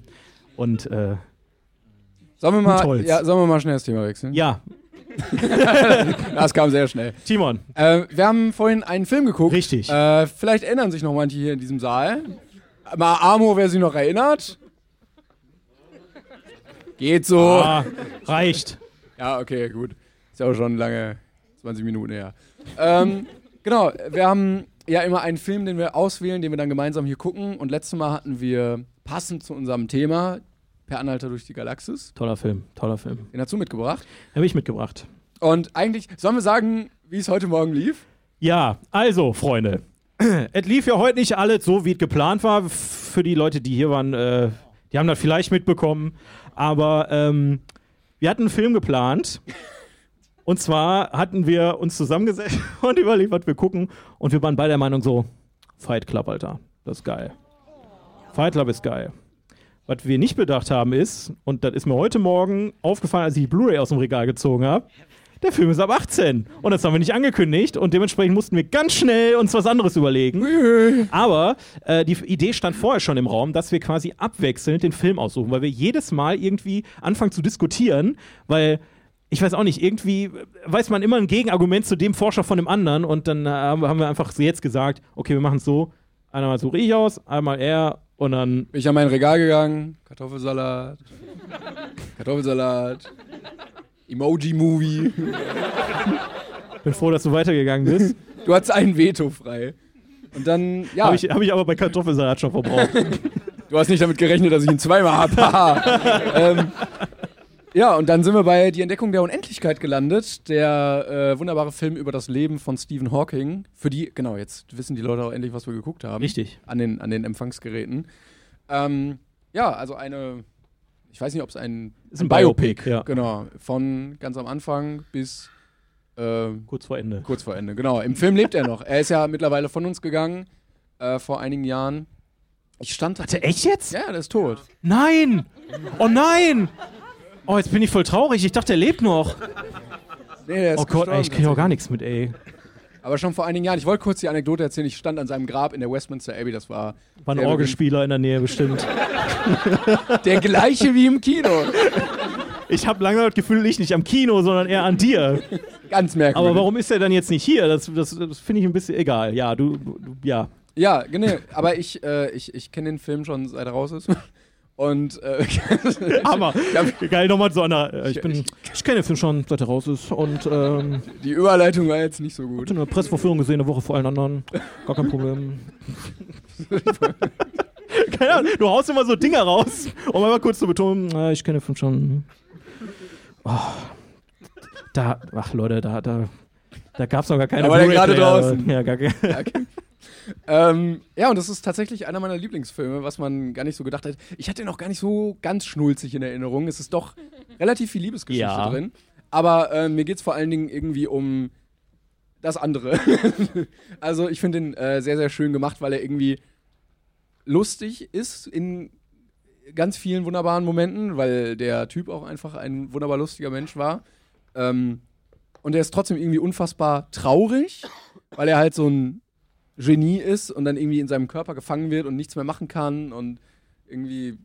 S2: Und äh,
S3: Sollen wir
S2: Holz.
S3: mal, ja, sollen wir mal schnell das Thema wechseln?
S2: ja,
S3: Das kam sehr schnell.
S2: Timon,
S3: Äh, wir haben vorhin einen Film geguckt.
S2: Richtig.
S3: Äh, vielleicht erinnern sich noch manche hier in diesem Saal. Mal Amo, wer sich noch erinnert. Geht so.
S2: ah, reicht.
S3: Ja, okay, gut. Ist ja auch schon lange, 20 Minuten her. ähm, genau, wir haben ja immer einen Film, den wir auswählen, den wir dann gemeinsam hier gucken. Und letztes Mal hatten wir passend zu unserem Thema Per Anhalter durch die Galaxis.
S2: Toller Film, toller Film.
S3: Den dazu mitgebracht.
S2: Habe ich mitgebracht.
S3: Und eigentlich, sollen wir sagen, wie es heute Morgen lief?
S2: Ja, also, Freunde. Es lief ja heute nicht alles so, wie es geplant war. F- Für die Leute, die hier waren, äh, die haben das vielleicht mitbekommen. Aber ähm, wir hatten einen Film geplant. Und zwar hatten wir uns zusammengesetzt und überlegt, was wir gucken. Und wir waren beide der Meinung so, Fight Club, Alter, das ist geil. Fight Club ist geil. Was wir nicht bedacht haben ist, und das ist mir heute Morgen aufgefallen, als ich die Blu-ray aus dem Regal gezogen habe, der Film ist ab 18. Und das haben wir nicht angekündigt und dementsprechend mussten wir ganz schnell uns was anderes überlegen. Aber äh, die Idee stand vorher schon im Raum, dass wir quasi abwechselnd den Film aussuchen, weil wir jedes Mal irgendwie anfangen zu diskutieren, weil. Ich weiß auch nicht, irgendwie weiß man immer ein Gegenargument zu dem Forscher von dem anderen und dann äh, haben wir einfach jetzt gesagt, okay, wir machen es so, einmal suche ich aus, einmal er und dann
S3: Bin ich an mein Regal gegangen. Kartoffelsalat. Kartoffelsalat. Emoji-Movie.
S2: bin froh, dass du weitergegangen bist.
S3: Du hattest ein Veto frei. Und dann, ja,
S2: Habe ich, hab ich aber bei Kartoffelsalat schon verbraucht.
S3: du hast nicht damit gerechnet, dass ich ihn zweimal habe. ähm, ja, und dann sind wir bei Die Entdeckung der Unendlichkeit gelandet. Der äh, wunderbare Film über das Leben von Stephen Hawking. Für die, genau, jetzt wissen die Leute auch endlich, was wir geguckt haben.
S2: Richtig.
S3: An den, an den Empfangsgeräten. Ähm, ja, also eine, ich weiß nicht, ob es ein,
S2: Ist ein Biopic, ja.
S3: Genau, von ganz am Anfang bis äh,
S2: Kurz vor Ende.
S3: Kurz vor Ende, genau. Im Film lebt er noch. Er ist ja mittlerweile von uns gegangen, äh, vor einigen Jahren. Ich stand da.
S2: Echt jetzt?
S3: Ja, der ist tot.
S2: Nein! Oh nein! Oh, jetzt bin ich voll traurig. Ich dachte, er lebt noch.
S3: Nee, der ist
S2: Oh Gott, ey, ich kriege auch
S3: gestorben.
S2: gar nichts mit, ey.
S3: Aber schon vor einigen Jahren. Ich wollte kurz die Anekdote erzählen. Ich stand an seinem Grab in der Westminster Abbey. Das war
S2: War ein
S3: der-
S2: Orgelspieler in der Nähe bestimmt.
S3: der gleiche wie im Kino.
S2: Ich habe lange das Gefühl, ich nicht am Kino, sondern eher an dir.
S3: Ganz merkwürdig.
S2: Aber warum ist er dann jetzt nicht hier? Das, das, das finde ich ein bisschen egal. Ja, du, du ja.
S3: Ja, genau. Aber ich, äh, ich, ich kenne den Film schon seit er raus ist. Und äh,
S2: Aber
S3: hab-
S2: geil nochmal so einer. Ich bin, ich kenne den Film schon, seit er raus ist und ähm,
S3: die Überleitung war jetzt nicht so gut.
S2: eine Pressevorführung gesehen, eine Woche vor allen anderen. Gar kein Problem. Keine Ahnung, du haust immer so Dinger raus, um einmal kurz zu betonen, äh, ich kenne den Film schon. Oh, da, ach Leute, da, da, da gab's noch gar keine
S3: Da war der
S2: Blu-ray
S3: gerade
S2: Player.
S3: draußen.
S2: Ja, gar keine.
S3: Ähm, ja, und das ist tatsächlich einer meiner Lieblingsfilme, was man gar nicht so gedacht hat. Ich hatte ihn auch gar nicht so ganz schnulzig in Erinnerung. Es ist doch relativ viel Liebesgeschichte
S2: Ja.
S3: drin. Aber äh, mir geht es vor allen Dingen irgendwie um das andere. also ich finde ihn äh, sehr, sehr schön gemacht, weil er irgendwie lustig ist in, ganz vielen wunderbaren Momenten, weil der Typ auch einfach ein wunderbar lustiger Mensch war. Ähm, und er ist trotzdem irgendwie unfassbar traurig, weil er halt so ein Genie ist und dann irgendwie in seinem Körper gefangen wird und nichts mehr machen kann und irgendwie.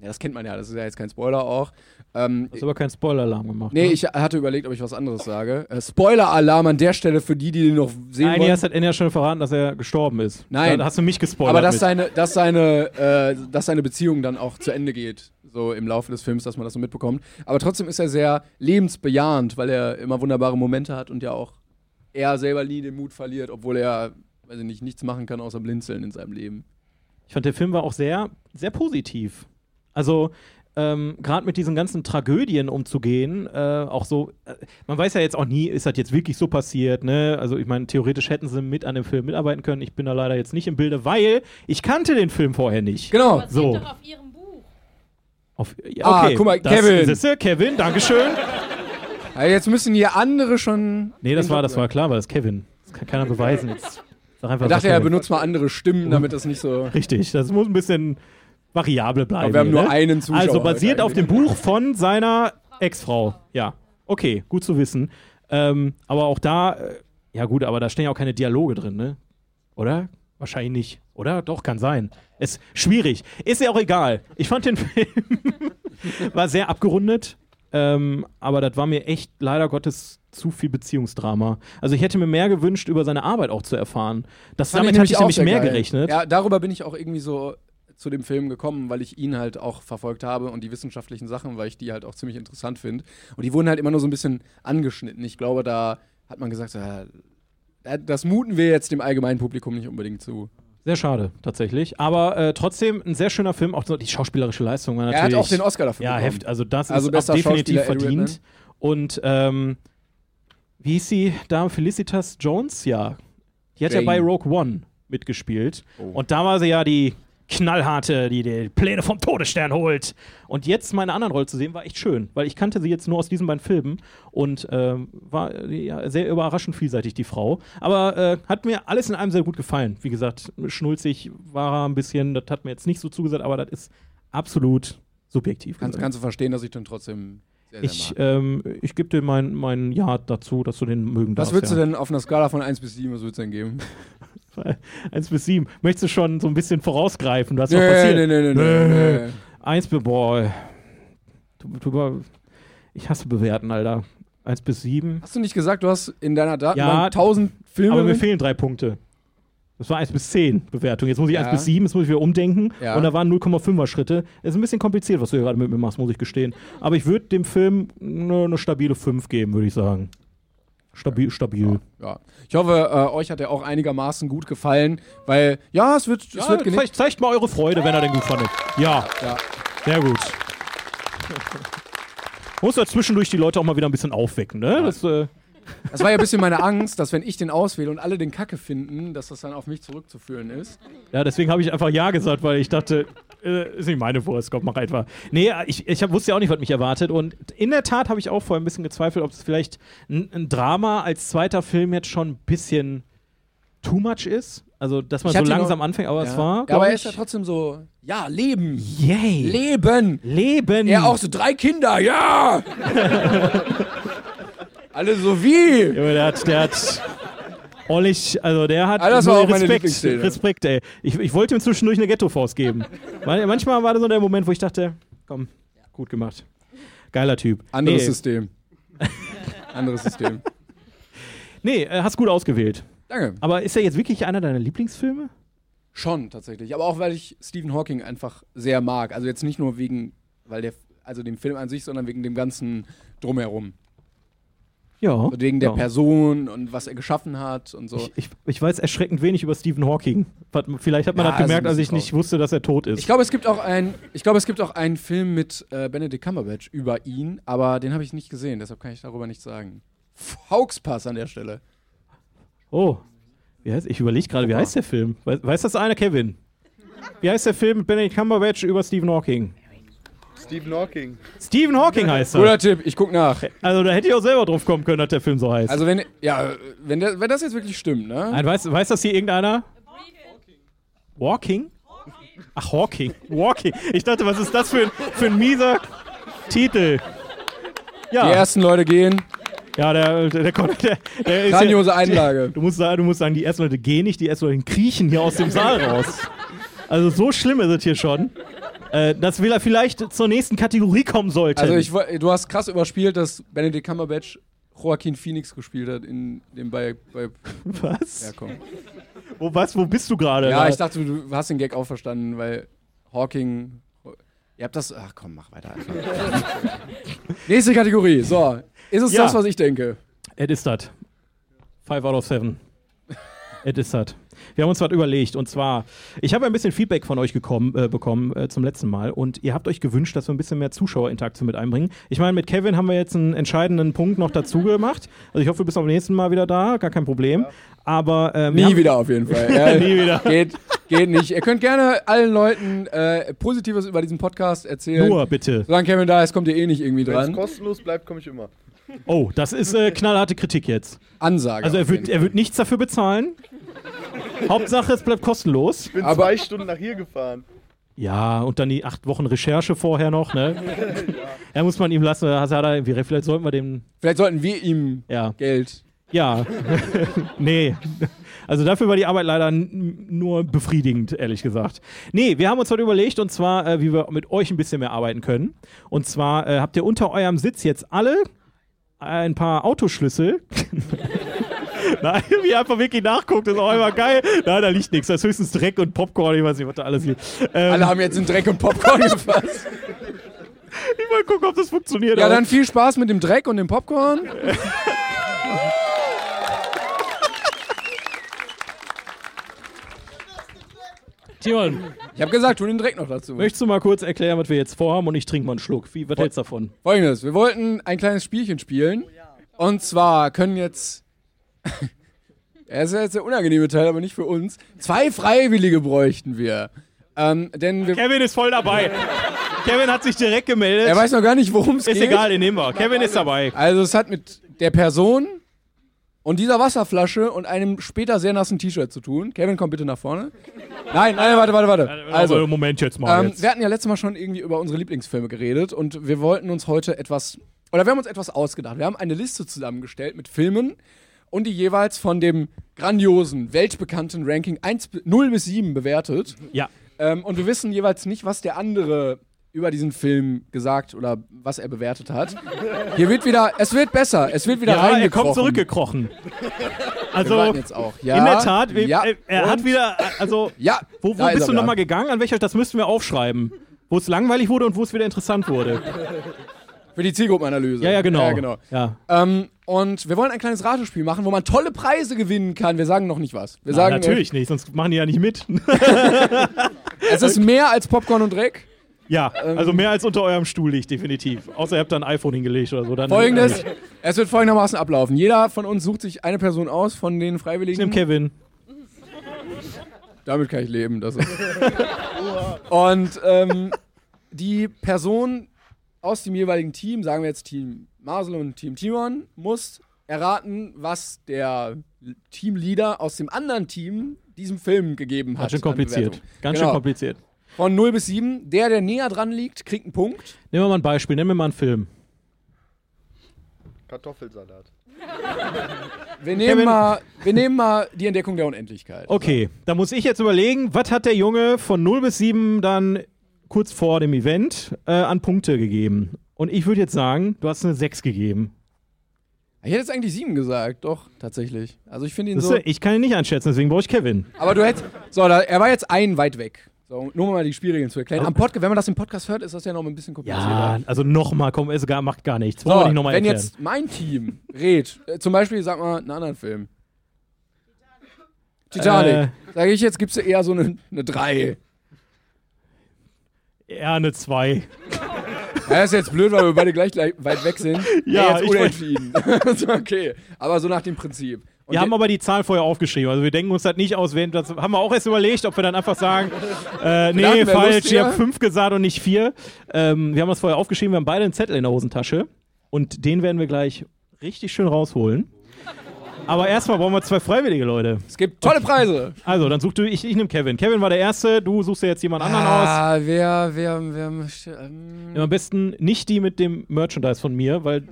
S3: Ja, das kennt man ja, das ist ja jetzt kein Spoiler auch. Ähm,
S2: Hast aber keinen Spoiler-Alarm gemacht.
S3: nee,
S2: ne?
S3: ich hatte überlegt, ob ich was anderes sage. Äh, Spoiler-Alarm an der Stelle für die, die den noch sehen
S2: Nein,
S3: wollen.
S2: jetzt hat Enya schon verraten, dass er gestorben ist.
S3: Nein.
S2: Da hast du mich gespoilert.
S3: Aber dass
S2: mit.
S3: seine, dass, seine, äh, dass seine Beziehung dann auch zu Ende geht, so im Laufe des Films, dass man das so mitbekommt. Aber trotzdem ist er sehr lebensbejahend, weil er immer wunderbare Momente hat und ja auch er selber nie den Mut verliert, obwohl er, weiß ich nicht, nichts machen kann außer blinzeln in seinem Leben.
S2: Ich fand, der Film war auch sehr, sehr positiv. Also, ähm, gerade mit diesen ganzen Tragödien umzugehen, äh, auch so, äh, man weiß ja jetzt auch nie, ist das jetzt wirklich so passiert, ne? Also, ich meine, theoretisch hätten sie mit an dem Film mitarbeiten können. Ich bin da leider jetzt nicht im Bilde, weil ich kannte den Film vorher nicht.
S3: Genau.
S6: Basiert
S2: So.
S6: doch auf ihrem Buch.
S2: Auf, ja,
S3: Ah,
S2: okay.
S3: guck mal,
S2: das,
S3: Kevin.
S2: Siehste, Kevin, Dankeschön.
S3: Ja, jetzt müssen hier andere schon.
S2: Nee, das war, das war klar, war das Kevin. Das kann keiner beweisen. Jetzt sag einfach, das
S3: Ich dachte,
S2: war
S3: er
S2: Kevin.
S3: benutzt mal andere Stimmen, damit das nicht so.
S2: Richtig, das muss ein bisschen variabel bleiben.
S3: Aber wir haben
S2: hier,
S3: nur
S2: ne?
S3: einen Zuschauer.
S2: Also
S3: heute
S2: basiert auf
S3: eigentlich.
S2: dem Buch von seiner Ex-Frau. Ja, okay, gut zu wissen. Ähm, aber auch da, äh, ja gut, aber da stehen ja auch keine Dialoge drin, ne? Oder? Wahrscheinlich nicht. Oder? Doch, kann sein. Ist schwierig. Ist ja auch egal. Ich fand den Film war sehr abgerundet. Ähm, aber das war mir echt leider Gottes zu viel Beziehungsdrama. Also ich hätte mir mehr gewünscht, über seine Arbeit auch zu erfahren. Das,
S3: Fand
S2: damit
S3: ich
S2: hatte ich
S3: auch
S2: nämlich
S3: sehr
S2: mehr
S3: geil.
S2: gerechnet.
S3: Ja, darüber bin ich auch irgendwie so zu dem Film gekommen, weil ich ihn halt auch verfolgt habe und die wissenschaftlichen Sachen, weil ich die halt auch ziemlich interessant finde. Und die wurden halt immer nur so ein bisschen angeschnitten. Ich glaube, da hat man gesagt, so, ja, das muten wir jetzt dem allgemeinen Publikum nicht unbedingt zu.
S2: Sehr schade, tatsächlich. Aber äh, trotzdem ein sehr schöner Film. Auch so die schauspielerische Leistung war
S3: Er hat
S2: natürlich.
S3: auch den Oscar dafür
S2: Ja,
S3: bekommen.
S2: heft. Also, das
S3: Also
S2: ist
S3: bester
S2: auch definitiv
S3: Schauspieler, Edward
S2: verdient. Und ähm, wie hieß sie? Da Felicitas Jones, ja. Die hat
S3: Jane.
S2: ja bei Rogue One mitgespielt.
S3: Oh.
S2: Und da war sie ja die knallharte, die die Pläne vom Todesstern holt. Und jetzt meine anderen Rolle zu sehen, war echt schön, weil ich kannte sie jetzt nur aus diesen beiden Filmen und ähm, war äh, ja, sehr überraschend vielseitig, die Frau. Aber äh, hat mir alles in allem sehr gut gefallen. Wie gesagt, schnulzig war er ein bisschen, das hat mir jetzt nicht so zugesagt, aber das ist absolut subjektiv.
S3: Kannst,
S2: gesagt.
S3: kannst du verstehen, dass ich den trotzdem sehr, sehr
S2: ich
S3: mag.
S2: ähm, ich gebe dir mein, mein Ja dazu, dass du den mögen
S3: Was
S2: darfst.
S3: würdest
S2: ja.
S3: du denn auf einer Skala von 1 bis 7, was würdest du denn geben?
S2: 1 bis 7. Möchtest du schon so ein bisschen vorausgreifen, was noch passiert?
S3: nee, nee, nee, nee, nee, nee.
S2: Eins bis, boah, du, du, ich hasse bewerten, Alter. Eins bis sieben.
S3: Hast du nicht gesagt, du hast in deiner Datenbank
S2: Ja,
S3: 1000 Filme?
S2: Aber mir fehlen drei Punkte. Das war eins bis zehn Bewertung. Jetzt muss ich
S3: Ja.
S2: eins bis sieben, jetzt muss ich wieder umdenken.
S3: Ja.
S2: Und da waren 0,5er Schritte. Ist ein bisschen kompliziert, was du hier gerade mit mir machst, muss ich gestehen. Aber ich würde dem Film eine ne stabile 5 geben, würde ich sagen. Stabil, stabil.
S3: Ja. Ich hoffe, äh, euch hat er auch einigermaßen gut gefallen, weil ja, es wird, es
S2: Ja,
S3: wird gene-
S2: Ah, zeigt, zeigt mal eure Freude, wenn er den gut fandet. Ja,
S3: Ja.
S2: sehr gut. Muss ja zwischendurch die Leute auch mal wieder ein bisschen aufwecken, ne? Das, äh,
S3: Das war ja ein bisschen meine Angst, dass wenn ich den auswähle und alle den Kacke finden, dass das dann auf mich zurückzuführen ist.
S2: Ja, deswegen habe ich einfach Ja gesagt, weil ich dachte, äh, ist nicht meine Wurst, komm, mach einfach. Nee, äh, ich, ich hab, wusste ja auch nicht, was mich erwartet. Und in der Tat habe ich auch vorher ein bisschen gezweifelt, ob es vielleicht ein, ein Drama als zweiter Film jetzt schon ein bisschen too much ist. Also, dass man
S3: Ich
S2: so
S3: hatte noch-
S2: langsam anfängt, aber es war.
S3: ja,
S2: glaub
S3: aber er
S2: ich,
S3: ist ja trotzdem so, ja, Leben,
S2: Yay!
S3: Leben.
S2: Leben!
S3: Er auch so drei Kinder, ja. alle so wie.
S2: Junge, der hat, der hat ordentlich, also der hat
S3: Ah, das war
S2: nur
S3: auch meine
S2: Respekt,
S3: Lieblingsszene.
S2: Respekt, ey. Ich, ich wollte ihm zwischendurch eine Ghetto-Faust geben. Man- Manchmal war das so der Moment, wo ich dachte, komm, gut gemacht. Geiler Typ.
S3: Anderes
S2: nee,
S3: System. Anderes System.
S2: Nee, äh, hast gut ausgewählt.
S3: Danke.
S2: Aber ist er jetzt wirklich einer deiner Lieblingsfilme?
S3: Schon tatsächlich, aber auch weil ich Stephen Hawking einfach sehr mag. Also jetzt nicht nur wegen, weil der, also dem Film an sich, sondern wegen dem ganzen drumherum,
S2: Ja.
S3: so wegen der
S2: ja.
S3: Person und was er geschaffen hat und so.
S2: Ich, ich, ich weiß erschreckend wenig über Stephen Hawking. Was- Vielleicht hat man
S3: Ja,
S2: das
S3: also ist ein
S2: gemerkt, als
S3: bisschen
S2: ich nicht
S3: traurig.
S2: wusste, dass er tot ist.
S3: Ich glaube, es gibt auch ein, ich glaube, es gibt auch einen Film mit äh, Benedict Cumberbatch über ihn, aber den habe ich nicht gesehen, deshalb kann ich darüber nichts sagen. Fauxpass an der Stelle.
S2: Oh. Wie heißt, ich überlege gerade, wie heißt der Film? Weiß, weiß das einer, Kevin? Wie heißt der Film mit Benedict Cumberbatch über Stephen Hawking?
S4: Stephen Hawking.
S2: Stephen Hawking heißt er.
S3: Guter Tipp, ich guck nach.
S2: Also da hätte ich auch selber drauf kommen können, dass der Film so heißt.
S3: Also wenn, ja, wenn, der, wenn das jetzt wirklich stimmt, ne?
S2: Nein, weiß, weiß das hier irgendeiner? Walking? Ach, Hawking. Walking. Ich dachte, was ist das für ein, für ein mieser Titel?
S3: Die
S2: Ja,
S3: ersten Leute gehen.
S2: ja der, der, der, konnte- der, der ist ja,
S3: Grandiose Einlage.
S2: du, musst sagen, du musst sagen, die ersten Leute gehen nicht, die ersten Leute kriechen hier aus dem Saal raus. Also so schlimm ist es hier schon, äh, dass wir vielleicht zur nächsten Kategorie kommen sollten.
S3: Also ich, wo- du hast krass überspielt, dass Benedict Cumberbatch Joaquin Phoenix gespielt hat in dem bei, bei ja,
S2: was?
S3: komm.
S2: Wo, was? Wo bist du gerade?
S3: ja,
S2: Da-
S3: ich dachte, du hast den Gag auch verstanden, weil Hawking Ihr habt das Ach komm, mach weiter. Also. Nächste Kategorie. So, ist es
S2: Ja.
S3: das, was ich denke?
S2: Ed ist das. Five out of seven. Ed ist das. Wir haben uns was überlegt und zwar, ich habe ein bisschen Feedback von euch gekommen, äh, bekommen äh, zum letzten Mal und ihr habt euch gewünscht, dass wir ein bisschen mehr Zuschauerinteraktion mit einbringen. Ich meine, mit Kevin haben wir jetzt einen entscheidenden Punkt noch dazu gemacht. Also ich hoffe, du bist auch beim nächsten Mal wieder da, gar kein Problem. Aber ähm, wir
S3: Nie
S2: haben-
S3: wieder auf jeden Fall. Ja,
S2: Nie wieder.
S3: Geht, geht nicht. Ihr könnt gerne allen Leuten äh, Positives über diesen Podcast erzählen.
S2: Nur bitte.
S3: Solange Kevin da ist, kommt ihr eh nicht irgendwie
S4: Wenn es
S3: dran.
S4: kostenlos bleibt, komme ich immer.
S2: Oh, das ist äh, knallharte Kritik jetzt.
S3: Ansage.
S2: Also
S3: auf
S2: er
S3: jeden
S2: wird, er wird nichts dafür bezahlen. Hauptsache, es bleibt kostenlos.
S4: Bin
S3: Aber-
S4: zwei Stunden nach hier gefahren.
S2: Ja, und dann die acht Wochen Recherche vorher noch, ne? ja, muss man ihm lassen. Da hat er irgendwie, vielleicht sollten wir dem,
S3: Vielleicht sollten wir ihm
S2: ja.
S3: Geld.
S2: Ja. nee. Also dafür war die Arbeit leider n- nur befriedigend, ehrlich gesagt. Nee, wir haben uns heute überlegt, und zwar, äh, wie wir mit euch ein bisschen mehr arbeiten können. Und zwar äh, habt ihr unter eurem Sitz jetzt alle ein paar Autoschlüssel. Nein, wie einfach wirklich nachguckt, ist auch immer geil. Nein, da liegt nichts. Da ist höchstens Dreck und Popcorn. Ich weiß nicht, was da alles liegt. Ähm,
S3: Alle haben jetzt in Dreck und Popcorn gefasst.
S2: ich mal gucken, ob das funktioniert.
S3: Ja,
S2: aber-
S3: dann viel Spaß mit dem Dreck und dem Popcorn.
S2: Timon,
S3: Ich habe gesagt, tu den Dreck noch dazu.
S2: möchtest du mal kurz erklären, was wir jetzt vorhaben? Und ich trinke mal einen Schluck. Wie, was hältst du davon?
S3: Folgendes, wir wollten ein kleines Spielchen spielen.
S2: Oh,
S3: Und zwar können jetzt. Er ist ja jetzt der unangenehme Teil, aber nicht für uns. Zwei Freiwillige bräuchten wir. Ähm, denn wir,
S2: Kevin ist voll dabei. Kevin hat sich direkt gemeldet.
S3: er weiß noch gar nicht, worum es geht.
S2: ist egal, den nehmen wir. Kevin ist dabei.
S3: Also es hat mit der Person und dieser Wasserflasche und einem später sehr nassen T-Shirt zu tun. Kevin, komm bitte nach vorne. Nein, nein, warte, warte, warte. Also,
S2: Moment Ah, jetzt mal.
S3: ähm, wir hatten ja letztes Mal schon irgendwie über unsere Lieblingsfilme geredet und wir wollten uns heute etwas, oder wir haben uns etwas ausgedacht. Wir haben eine Liste zusammengestellt mit Filmen und die jeweils von dem grandiosen, weltbekannten Ranking 1, bi- 0 bis 7 bewertet.
S2: Ja.
S3: Ähm, und wir wissen jeweils nicht, was der andere über diesen Film gesagt oder was er bewertet hat. Hier wird wieder, es wird besser, es wird wieder
S2: ja, er
S3: reingekrochen.
S2: kommt zurückgekrochen.
S3: Wir
S2: Also,
S3: warten
S2: in
S3: jetzt auch. Ja,
S2: der Tat, wir-
S3: ja,
S2: äh, er hat wieder, also,
S3: ja.
S2: wo,
S3: da
S2: wo
S3: ist
S2: bist
S3: er
S2: du nochmal
S3: wieder.
S2: gegangen? An welcher, das müssten wir aufschreiben. Wo es langweilig wurde und wo es wieder interessant wurde.
S3: Für die Zielgruppenanalyse.
S2: Ja, ja, genau.
S3: Ja, genau.
S2: Ja.
S3: Ähm, und wir wollen ein kleines Ratespiel machen, wo man tolle Preise gewinnen kann. Wir sagen noch nicht was. Wir
S2: Ja,
S3: sagen,
S2: natürlich nicht, sonst machen die ja nicht mit.
S3: äh, Es ist
S2: Also,
S3: mehr als Popcorn und Dreck.
S2: Ja,
S3: Ähm,
S2: also mehr als unter eurem Stuhl liegt, definitiv. Außer ihr habt da ein iPhone hingelegt oder so. Dann äh,
S3: Folgendes: Es wird folgendermaßen ablaufen. Jeder von uns sucht sich eine Person aus von den
S2: Ich nehme
S3: Freiwilligen.
S2: Kevin.
S3: Damit kann ich leben. Das ist und ähm, die Person aus dem jeweiligen Team, sagen wir jetzt Team Marcel und Team Timon, muss erraten, was der Teamleader aus dem anderen Team diesem Film gegeben hat.
S2: Ganz schön
S3: an
S2: kompliziert.
S3: Bewertung.
S2: Ganz
S3: Genau.
S2: schön kompliziert.
S3: Von 0 bis 7. Der, der näher dran liegt, kriegt einen Punkt.
S2: Nehmen wir mal ein Beispiel, nehmen wir mal einen Film.
S4: Kartoffelsalat.
S3: Wir nehmen,
S2: Kevin.
S3: mal, wir nehmen mal die Entdeckung der Unendlichkeit.
S2: Okay, da muss ich jetzt überlegen, was hat der Junge von 0 bis 7 dann kurz vor dem Event äh, an Punkte gegeben? Und ich würde jetzt sagen, du hast eine 6 gegeben.
S3: Ich hätte jetzt eigentlich 7 gesagt, doch, tatsächlich. Also ich finde ihn
S2: Siehst
S3: so.
S2: du, ich kann ihn nicht einschätzen, deswegen brauche ich Kevin.
S3: Aber du hättest. So, da, er war jetzt ein weit weg. So, nur um mal die Spielregeln zu erklären. Am Podcast, wenn man das im Podcast hört, ist das ja noch ein bisschen komplizierter.
S2: Ja, also nochmal, komm, es gar, macht gar nichts. Wollen wir
S3: So,
S2: dich nochmal
S3: wenn
S2: erklären.
S3: jetzt mein Team redet, äh, zum Beispiel, sag mal, einen anderen Film.
S2: Äh.
S3: Titanic. Sage ich jetzt, gibst du eher so eine, eine 3.
S2: ja, eine 2.
S3: Ja, ist jetzt blöd, weil wir beide gleich, gleich weit weg sind.
S2: Ja,
S3: jetzt
S2: ich
S3: unentschieden. Ist okay. Aber so nach dem Prinzip. Und
S2: Wir haben
S3: den-
S2: aber die Zahl vorher aufgeschrieben, also wir denken uns das nicht aus. während- Das haben wir auch erst überlegt, ob wir dann einfach sagen, äh, nee,
S3: dachten, wer
S2: falsch,
S3: lustiger?
S2: ihr habt fünf gesagt und nicht vier. Ähm, wir haben das vorher aufgeschrieben, wir haben beide einen Zettel in der Hosentasche und den werden wir gleich richtig schön rausholen. Aber erstmal brauchen wir zwei freiwillige Leute.
S3: Es gibt tolle Preise.
S2: Also, dann such du, ich, ich nehme Kevin. Kevin war der Erste, du suchst dir jetzt jemand anderen aus.
S3: ah, wer, wer, wer möchte. Ähm,
S2: Nimm am besten nicht die mit dem Merchandise von mir, weil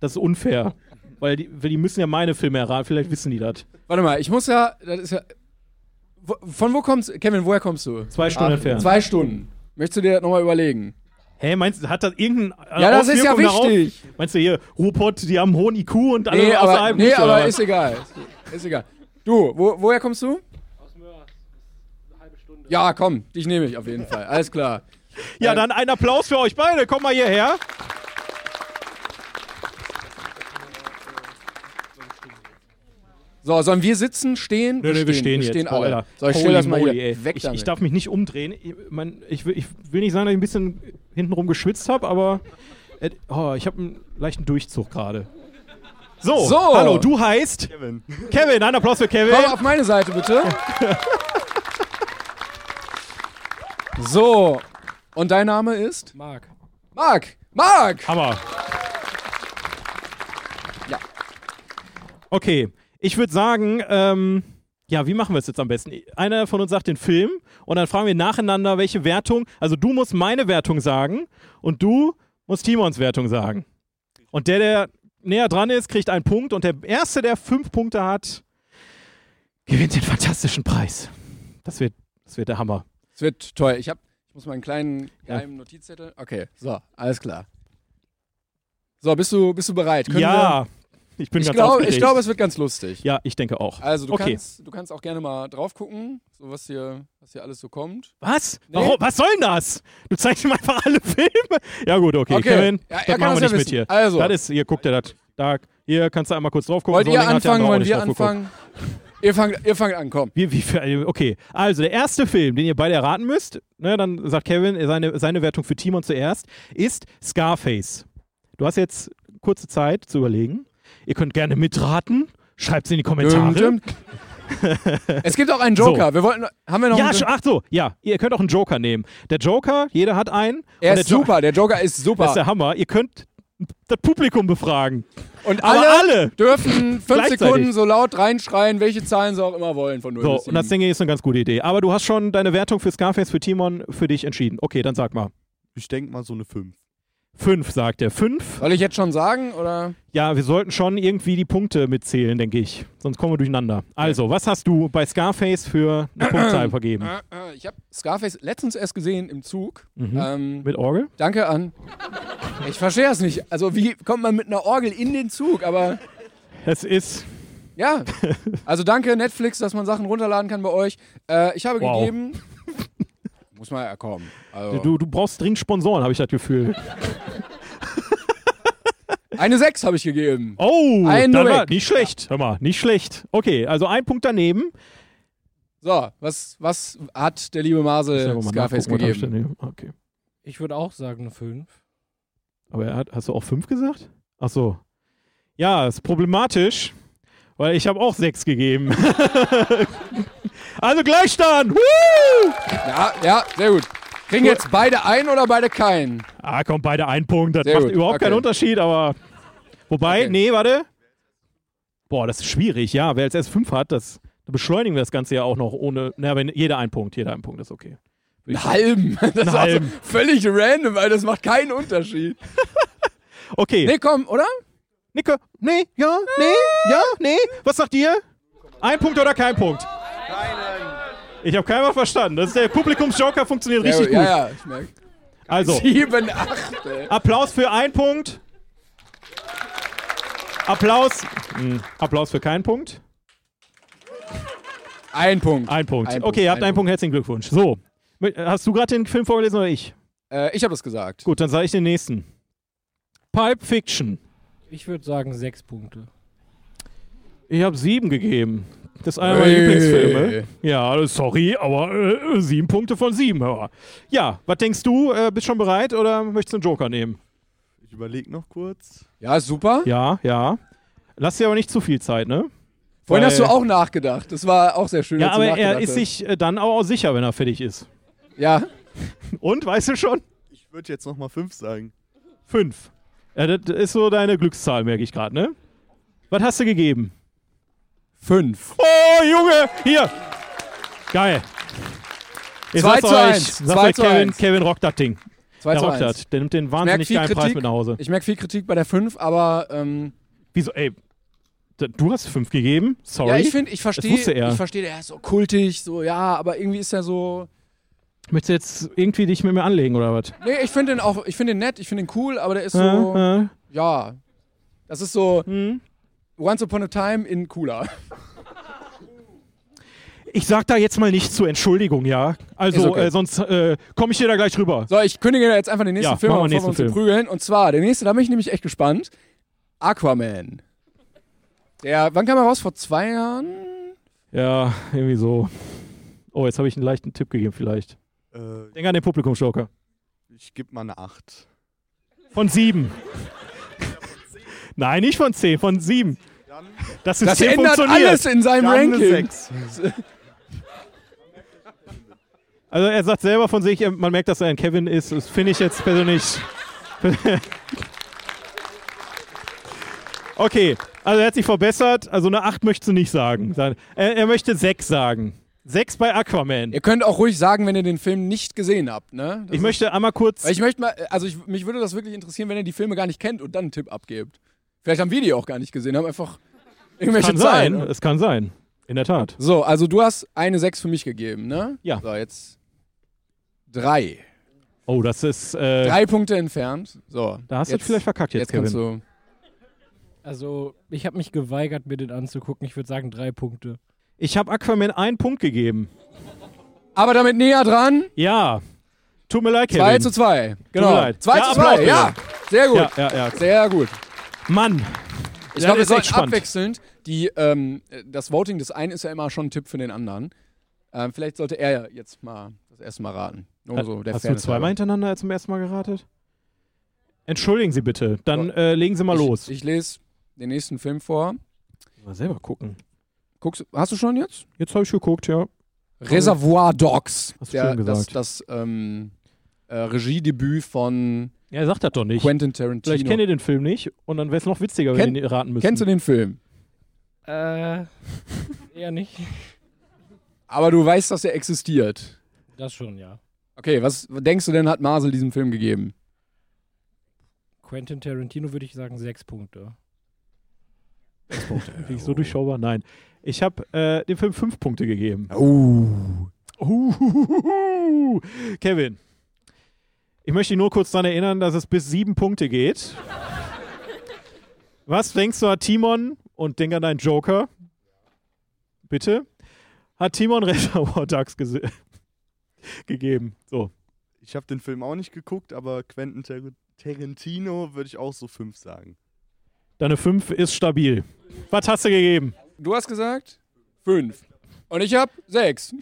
S2: das ist unfair. Weil die, weil die müssen ja meine Filme erraten, vielleicht wissen die das.
S3: Warte mal, ich muss ja. Das ist ja wo, von wo kommst Kevin, woher kommst du?
S2: Zwei Stunden entfernt.
S3: Ah, Zwei Stunden. Möchtest du dir das nochmal überlegen?
S2: Hä, meinst du, hat das irgendeinen
S3: Ja, das ist ja
S2: Auswirkung darauf?
S3: wichtig.
S2: Meinst du hier, Ruhrpott, die haben hohen IQ und alle
S3: nee, aber,
S2: Also außerhalb
S3: nee,
S2: nicht, oder
S3: aber
S2: was?
S3: ist egal. Ist egal. Du, wo, woher kommst du? Aus Mörs. Eine halbe Stunde. Ja, komm, dich nehme ich auf jeden Fall. Alles klar.
S2: Ja, dann ein Applaus für euch beide. Kommt mal hierher.
S3: So, sollen wir sitzen, stehen?
S2: Nö, nö, wir stehen jetzt.
S3: stehen
S2: Boah,
S3: alle.
S2: Alter.
S3: So, ich stelle
S2: Holy
S3: das mal
S2: moly,
S3: hier
S2: ey.
S3: weg
S2: ich,
S3: damit.
S2: ich darf mich nicht umdrehen. Ich, mein, ich, will, ich will nicht sagen, dass ich ein bisschen hintenrum geschwitzt habe, aber äh, oh, ich habe einen leichten Durchzug gerade. So,
S3: So.
S2: hallo, du heißt Kevin. Kevin, ein Applaus für Kevin.
S3: Komm auf meine Seite, bitte. so, und dein Name ist?
S6: Marc.
S3: Marc! Marc!
S2: Hammer.
S3: Ja.
S2: Okay, ich würde sagen, ähm, ja, wie machen wir es jetzt am besten? Einer von uns sagt den Film und dann fragen wir nacheinander, welche Wertung. Also du musst meine Wertung sagen und du musst Timons Wertung sagen. Und der, der näher dran ist, kriegt einen Punkt und der erste, der fünf Punkte hat, gewinnt den fantastischen Preis. Das wird, das wird der Hammer.
S3: Es wird toll. Ich, hab, ich muss mal einen kleinen
S2: Ja.
S3: geheimen Notizzettel. Okay, so, alles klar. So, bist du, bist du bereit? Können
S2: ja, ich bin
S3: Wir, ich
S2: ganz
S3: glaube,
S2: aufgeregt.
S3: ich glaube, es wird ganz lustig.
S2: ja, ich denke auch.
S3: Also, du,
S2: okay.
S3: kannst, du kannst auch gerne mal drauf gucken, so was hier, was hier alles so kommt.
S2: Was? Warum? Was soll denn das? Du zeigst ihm einfach alle Filme? Ja gut, okay.
S3: Okay.
S2: Kevin,
S3: Ja, er
S2: das
S3: kann
S2: machen wir
S3: das ja
S2: nicht mit
S3: wissen.
S2: hier.
S3: Also.
S2: Das ist, hier, guckt er das. Da, hier kannst du einmal kurz drauf gucken.
S3: Wollt
S2: So
S3: ihr
S2: lange hat der
S3: anfangen?
S2: andere auch
S3: Wollen
S2: nicht
S3: wir
S2: drauf geguckt.
S3: anfangen? Ihr fangt, ihr fangt an, komm.
S2: Wie, wie, viel- okay, also der erste Film, den ihr beide erraten müsst, ne, dann sagt Kevin seine, seine Wertung für Timon zuerst, ist Scarface. Du hast jetzt kurze Zeit zu überlegen. Ihr könnt gerne mitraten. Schreibt es in die Kommentare.
S3: Düm, düm. es gibt auch einen Joker. Wir wollten, haben wir noch
S2: Ja,
S3: einen
S2: sch- ach so, ja. Ihr könnt auch einen Joker nehmen. Der Joker, jeder hat einen.
S3: Er
S2: und
S3: ist
S2: der Jo-
S3: super, der Joker ist
S2: Das ist
S3: super.
S2: der Hammer. Ihr könnt das Publikum befragen.
S3: Und
S2: Aber
S3: alle,
S2: alle!
S3: dürfen fünf
S2: Gleichzeitig.
S3: Sekunden so laut reinschreien, welche Zahlen sie auch immer wollen von 0
S2: So,
S3: bis
S2: und das
S3: 7.
S2: Ding ist eine ganz gute Idee. Aber du hast schon deine Wertung für Scarface, für Timon, für dich entschieden. Okay, dann sag mal.
S7: Ich denke mal so eine 5.
S2: Fünf, sagt er. Fünf?
S3: Soll ich jetzt schon sagen? Oder?
S2: Ja, wir sollten schon irgendwie die Punkte mitzählen, denke ich. Sonst kommen wir durcheinander. Also, was hast du bei Scarface für eine Punktzahl vergeben?
S3: Äh, äh, Ich habe Scarface letztens erst gesehen im Zug.
S2: Mhm.
S3: Ähm,
S2: Mit Orgel?
S3: danke an. Ich verstehe das nicht. Also, wie kommt man mit einer Orgel in den Zug? Aber
S2: Es ist.
S3: ja. Also, danke Netflix, dass man Sachen runterladen kann bei euch. Äh, ich habe
S2: Wow.
S3: gegeben. Muss man ja kommen. Also,
S2: Du, du brauchst dringend Sponsoren, habe ich das Gefühl.
S3: eine 6 habe ich gegeben.
S2: Oh,
S3: Ein
S2: dann
S3: nur
S2: war,
S3: weg.
S2: nicht schlecht. Hör mal, nicht schlecht. Okay, also ein Punkt daneben.
S3: So, was, was hat der liebe
S2: Ich muss
S3: Marcel
S2: aber mal
S3: Äh, Scarface
S2: nachgucken, was hab ich
S3: gegeben?
S2: denn hier- Okay.
S6: Ich würde auch sagen eine 5.
S2: Aber er hat, hast du auch fünf gesagt? Ach so. Ja, ist problematisch, weil ich habe auch sechs gegeben. also Gleichstand! Woo!
S3: Ja, ja, sehr gut. Kriegen jetzt beide ein oder beide keinen?
S2: Ah, kommt beide ein Punkt. Das
S3: Sehr
S2: macht
S3: gut,
S2: überhaupt
S3: okay.
S2: keinen Unterschied, aber. Wobei,
S3: Okay.
S2: nee, warte. Boah, das ist schwierig, ja. Wer jetzt erst fünf hat, das da beschleunigen wir das Ganze ja auch noch ohne. Na, wenn jeder ein Punkt, jeder ein Punkt ist okay.
S3: Einen halben. Das ist auch so
S2: halben.
S3: völlig random, weil das macht keinen Unterschied.
S2: Okay.
S3: Nee, komm, oder?
S2: Nico, nee, ja, nee, ja, nee. Was sagt ihr? Ein Punkt oder kein Punkt? Keinen. Ich habe keiner verstanden. Das ist der Publikumsjoker funktioniert richtig
S3: ja,
S2: gut.
S3: Ja, ja, ich merk.
S2: Also,
S3: Sieben, acht, ey.
S2: Applaus für einen Punkt. Applaus. Hm, Applaus für keinen Punkt.
S3: Ein Punkt.
S2: Ein Punkt.
S3: Ein Punkt,
S2: okay, ihr habt
S3: ein
S2: einen Punkt. Herzlichen Glückwunsch. So. Mit- Hast du gerade den Film vorgelesen oder ich?
S3: Äh, ich habe das gesagt.
S2: Gut, dann sage ich den nächsten. Pipe Fiction.
S6: Ich würde sagen 6 Punkte.
S2: Ich habe sieben gegeben. Das ist einer meiner
S3: Hey.
S2: Lieblingsfilme. Ja, sorry, aber äh, sieben Punkte von sieben. Hör. mal. Ja, was denkst du? Äh, bist schon bereit oder möchtest du einen Joker nehmen?
S7: Ich überlege noch kurz.
S3: Ja, ist super.
S2: Ja, ja. Lass dir aber nicht zu viel Zeit, ne?
S3: Vorhin hast du
S2: Weil-
S3: auch nachgedacht. Das war auch sehr schön.
S2: Ja,
S3: dass du
S2: aber er
S3: nachgedacht
S2: ist
S3: hast.
S2: sich äh, dann auch sicher, wenn er fertig ist.
S3: Ja,
S2: Und, weißt du schon?
S7: Ich würde jetzt nochmal 5 sagen.
S2: Fünf. Ja, das ist so deine Glückszahl, merke ich gerade, ne? Was hast du gegeben?
S3: Fünf.
S2: Oh, Junge! Hier! Geil. Ich sag's
S3: Zwei zu
S2: euch,
S3: eins.
S2: sag's
S3: Zwei
S2: euch
S3: zu
S2: Kevin,
S3: eins.
S2: Kevin rockt das Ding.
S3: Zwei
S2: er
S3: zu
S2: rockt
S3: eins.
S2: das. Der nimmt den wahnsinnig
S3: viel
S2: geilen Preis
S3: Kritik.
S2: mit nach Hause.
S3: Ich merke viel Kritik bei der fünf, aber ähm,
S2: Wieso, ey? d- Du hast fünf gegeben? Sorry.
S3: ja, ich finde, ich verstehe,
S2: wusste er.
S3: ich verstehe, der ist so kultig, so ja, aber irgendwie ist er so.
S2: Möchtest du jetzt irgendwie dich mit mir anlegen oder was?
S3: Nee, ich finde den auch, ich finde den nett, ich finde den cool, aber der ist so,
S2: Äh, äh,
S3: ja, das ist so
S2: hm.
S3: Once Upon a Time in cooler.
S2: Ich sag da jetzt mal nichts zur Entschuldigung, ja?
S3: Ist
S2: Also,
S3: okay.
S2: äh, sonst äh, komme ich dir da gleich rüber.
S3: So, ich kündige jetzt einfach den nächsten
S2: Ja,
S3: Film, an,
S2: machen wir
S3: bevor
S2: den
S3: wir uns
S2: nächsten
S3: hier prügeln. Und zwar, der nächste, da bin ich nämlich echt gespannt. Aquaman. Der, wann kam er raus? Vor zwei Jahren?
S2: Ja, irgendwie so. Oh, jetzt habe ich einen leichten Tipp gegeben, vielleicht.
S7: Äh,
S2: Denk an den Publikumsjoker.
S7: ich gebe mal eine 8.
S2: Von sieben. Nein, nicht von zehn, von sieben. Das
S3: Das
S2: System
S3: ändert
S2: funktioniert.
S3: alles in seinem Ranking.
S2: Also er sagt selber von sich, er- man merkt, dass er ein Kevin ist. Das finde ich jetzt persönlich. okay, also er hat sich verbessert. Also eine 8 möchtest du nicht sagen. Dann- Er, er möchte 6 sagen. 6 bei Aquaman.
S3: Ihr könnt auch ruhig sagen, wenn ihr den Film nicht gesehen habt, ne? Das
S2: Ich
S3: ist-
S2: möchte einmal kurz.
S3: Weil ich möchte mal, also ich, mich würde das wirklich interessieren, wenn ihr die Filme gar nicht kennt und dann einen Tipp abgebt. Vielleicht haben wir die auch gar nicht gesehen, haben einfach irgendwelche
S2: kann sein,
S3: Zahlen.
S2: es kann sein. In der Tat.
S3: So, also du hast eine 6 für mich gegeben, ne?
S2: Ja.
S3: So, jetzt drei.
S2: Oh, das ist. Äh,
S3: Drei Punkte entfernt. So.
S2: da hast
S3: jetzt,
S2: du vielleicht verkackt jetzt,
S3: jetzt kannst
S2: Kevin.
S3: du.
S6: Also, ich habe mich geweigert, mir den anzugucken. Ich würde sagen, drei Punkte.
S2: Ich habe Aquaman einen Punkt gegeben.
S3: Aber damit näher dran.
S2: Ja. Tut mir leid, Kevin.
S3: 2 zu 2. Genau.
S2: mir leid.
S3: 2
S2: Ja,
S3: zu
S2: Applaus
S3: 2. Ja. Sehr gut.
S2: Ja, ja, ja.
S3: Sehr gut.
S2: Mann.
S3: Ich
S2: Ja, das ist
S3: glaube, wir
S2: echt
S3: sollten
S2: spannend.
S3: abwechselnd. Die, ähm, das Voting des einen ist ja immer schon ein Tipp für den anderen. Ähm, vielleicht sollte er ja jetzt mal das erste Mal raten. Nur so, der
S2: Äh, Hast du
S3: Fairness
S2: zweimal
S3: halber.
S2: hintereinander zum ersten Mal geratet? Entschuldigen Sie bitte, dann äh, legen Sie mal los.
S3: Ich, ich lese den nächsten Film vor.
S2: mal selber gucken.
S3: Guckst, hast du schon jetzt?
S2: Jetzt habe ich geguckt, ja.
S3: Reservoir Dogs.
S2: Hast du
S3: der,
S2: schön gesagt.
S3: Das, das ähm, äh, Regiedebüt von
S2: Ja, sagt das doch nicht.
S3: Quentin Tarantino.
S2: Vielleicht kennt ihr den Film nicht und dann wäre es noch witziger, wenn
S3: Kenn-
S2: ihr den raten müsst.
S3: Kennst du den Film?
S6: Äh, eher nicht.
S3: Aber du weißt, dass er existiert.
S6: Das schon, ja.
S3: Okay, was denkst du denn, hat Marcel diesem Film gegeben?
S6: Quentin Tarantino würde ich sagen, sechs Punkte.
S2: Bin ich so durchschaubar? Nein. Ich habe äh, dem Film fünf Punkte gegeben.
S3: Oh.
S2: Uhuhuhu. Kevin, ich möchte dich nur kurz daran erinnern, dass es bis sieben Punkte geht. Was denkst du, hat Timon und denk an deinen Joker? Bitte? Hat Timon Reservoir Dogs gese- gegeben? So.
S7: Ich habe den Film auch nicht geguckt, aber Quentin Tar Tarantino würde ich auch so 5 sagen.
S2: Deine 5 ist stabil. Was hast du gegeben?
S3: Du hast gesagt? Fünf. Und ich hab sechs.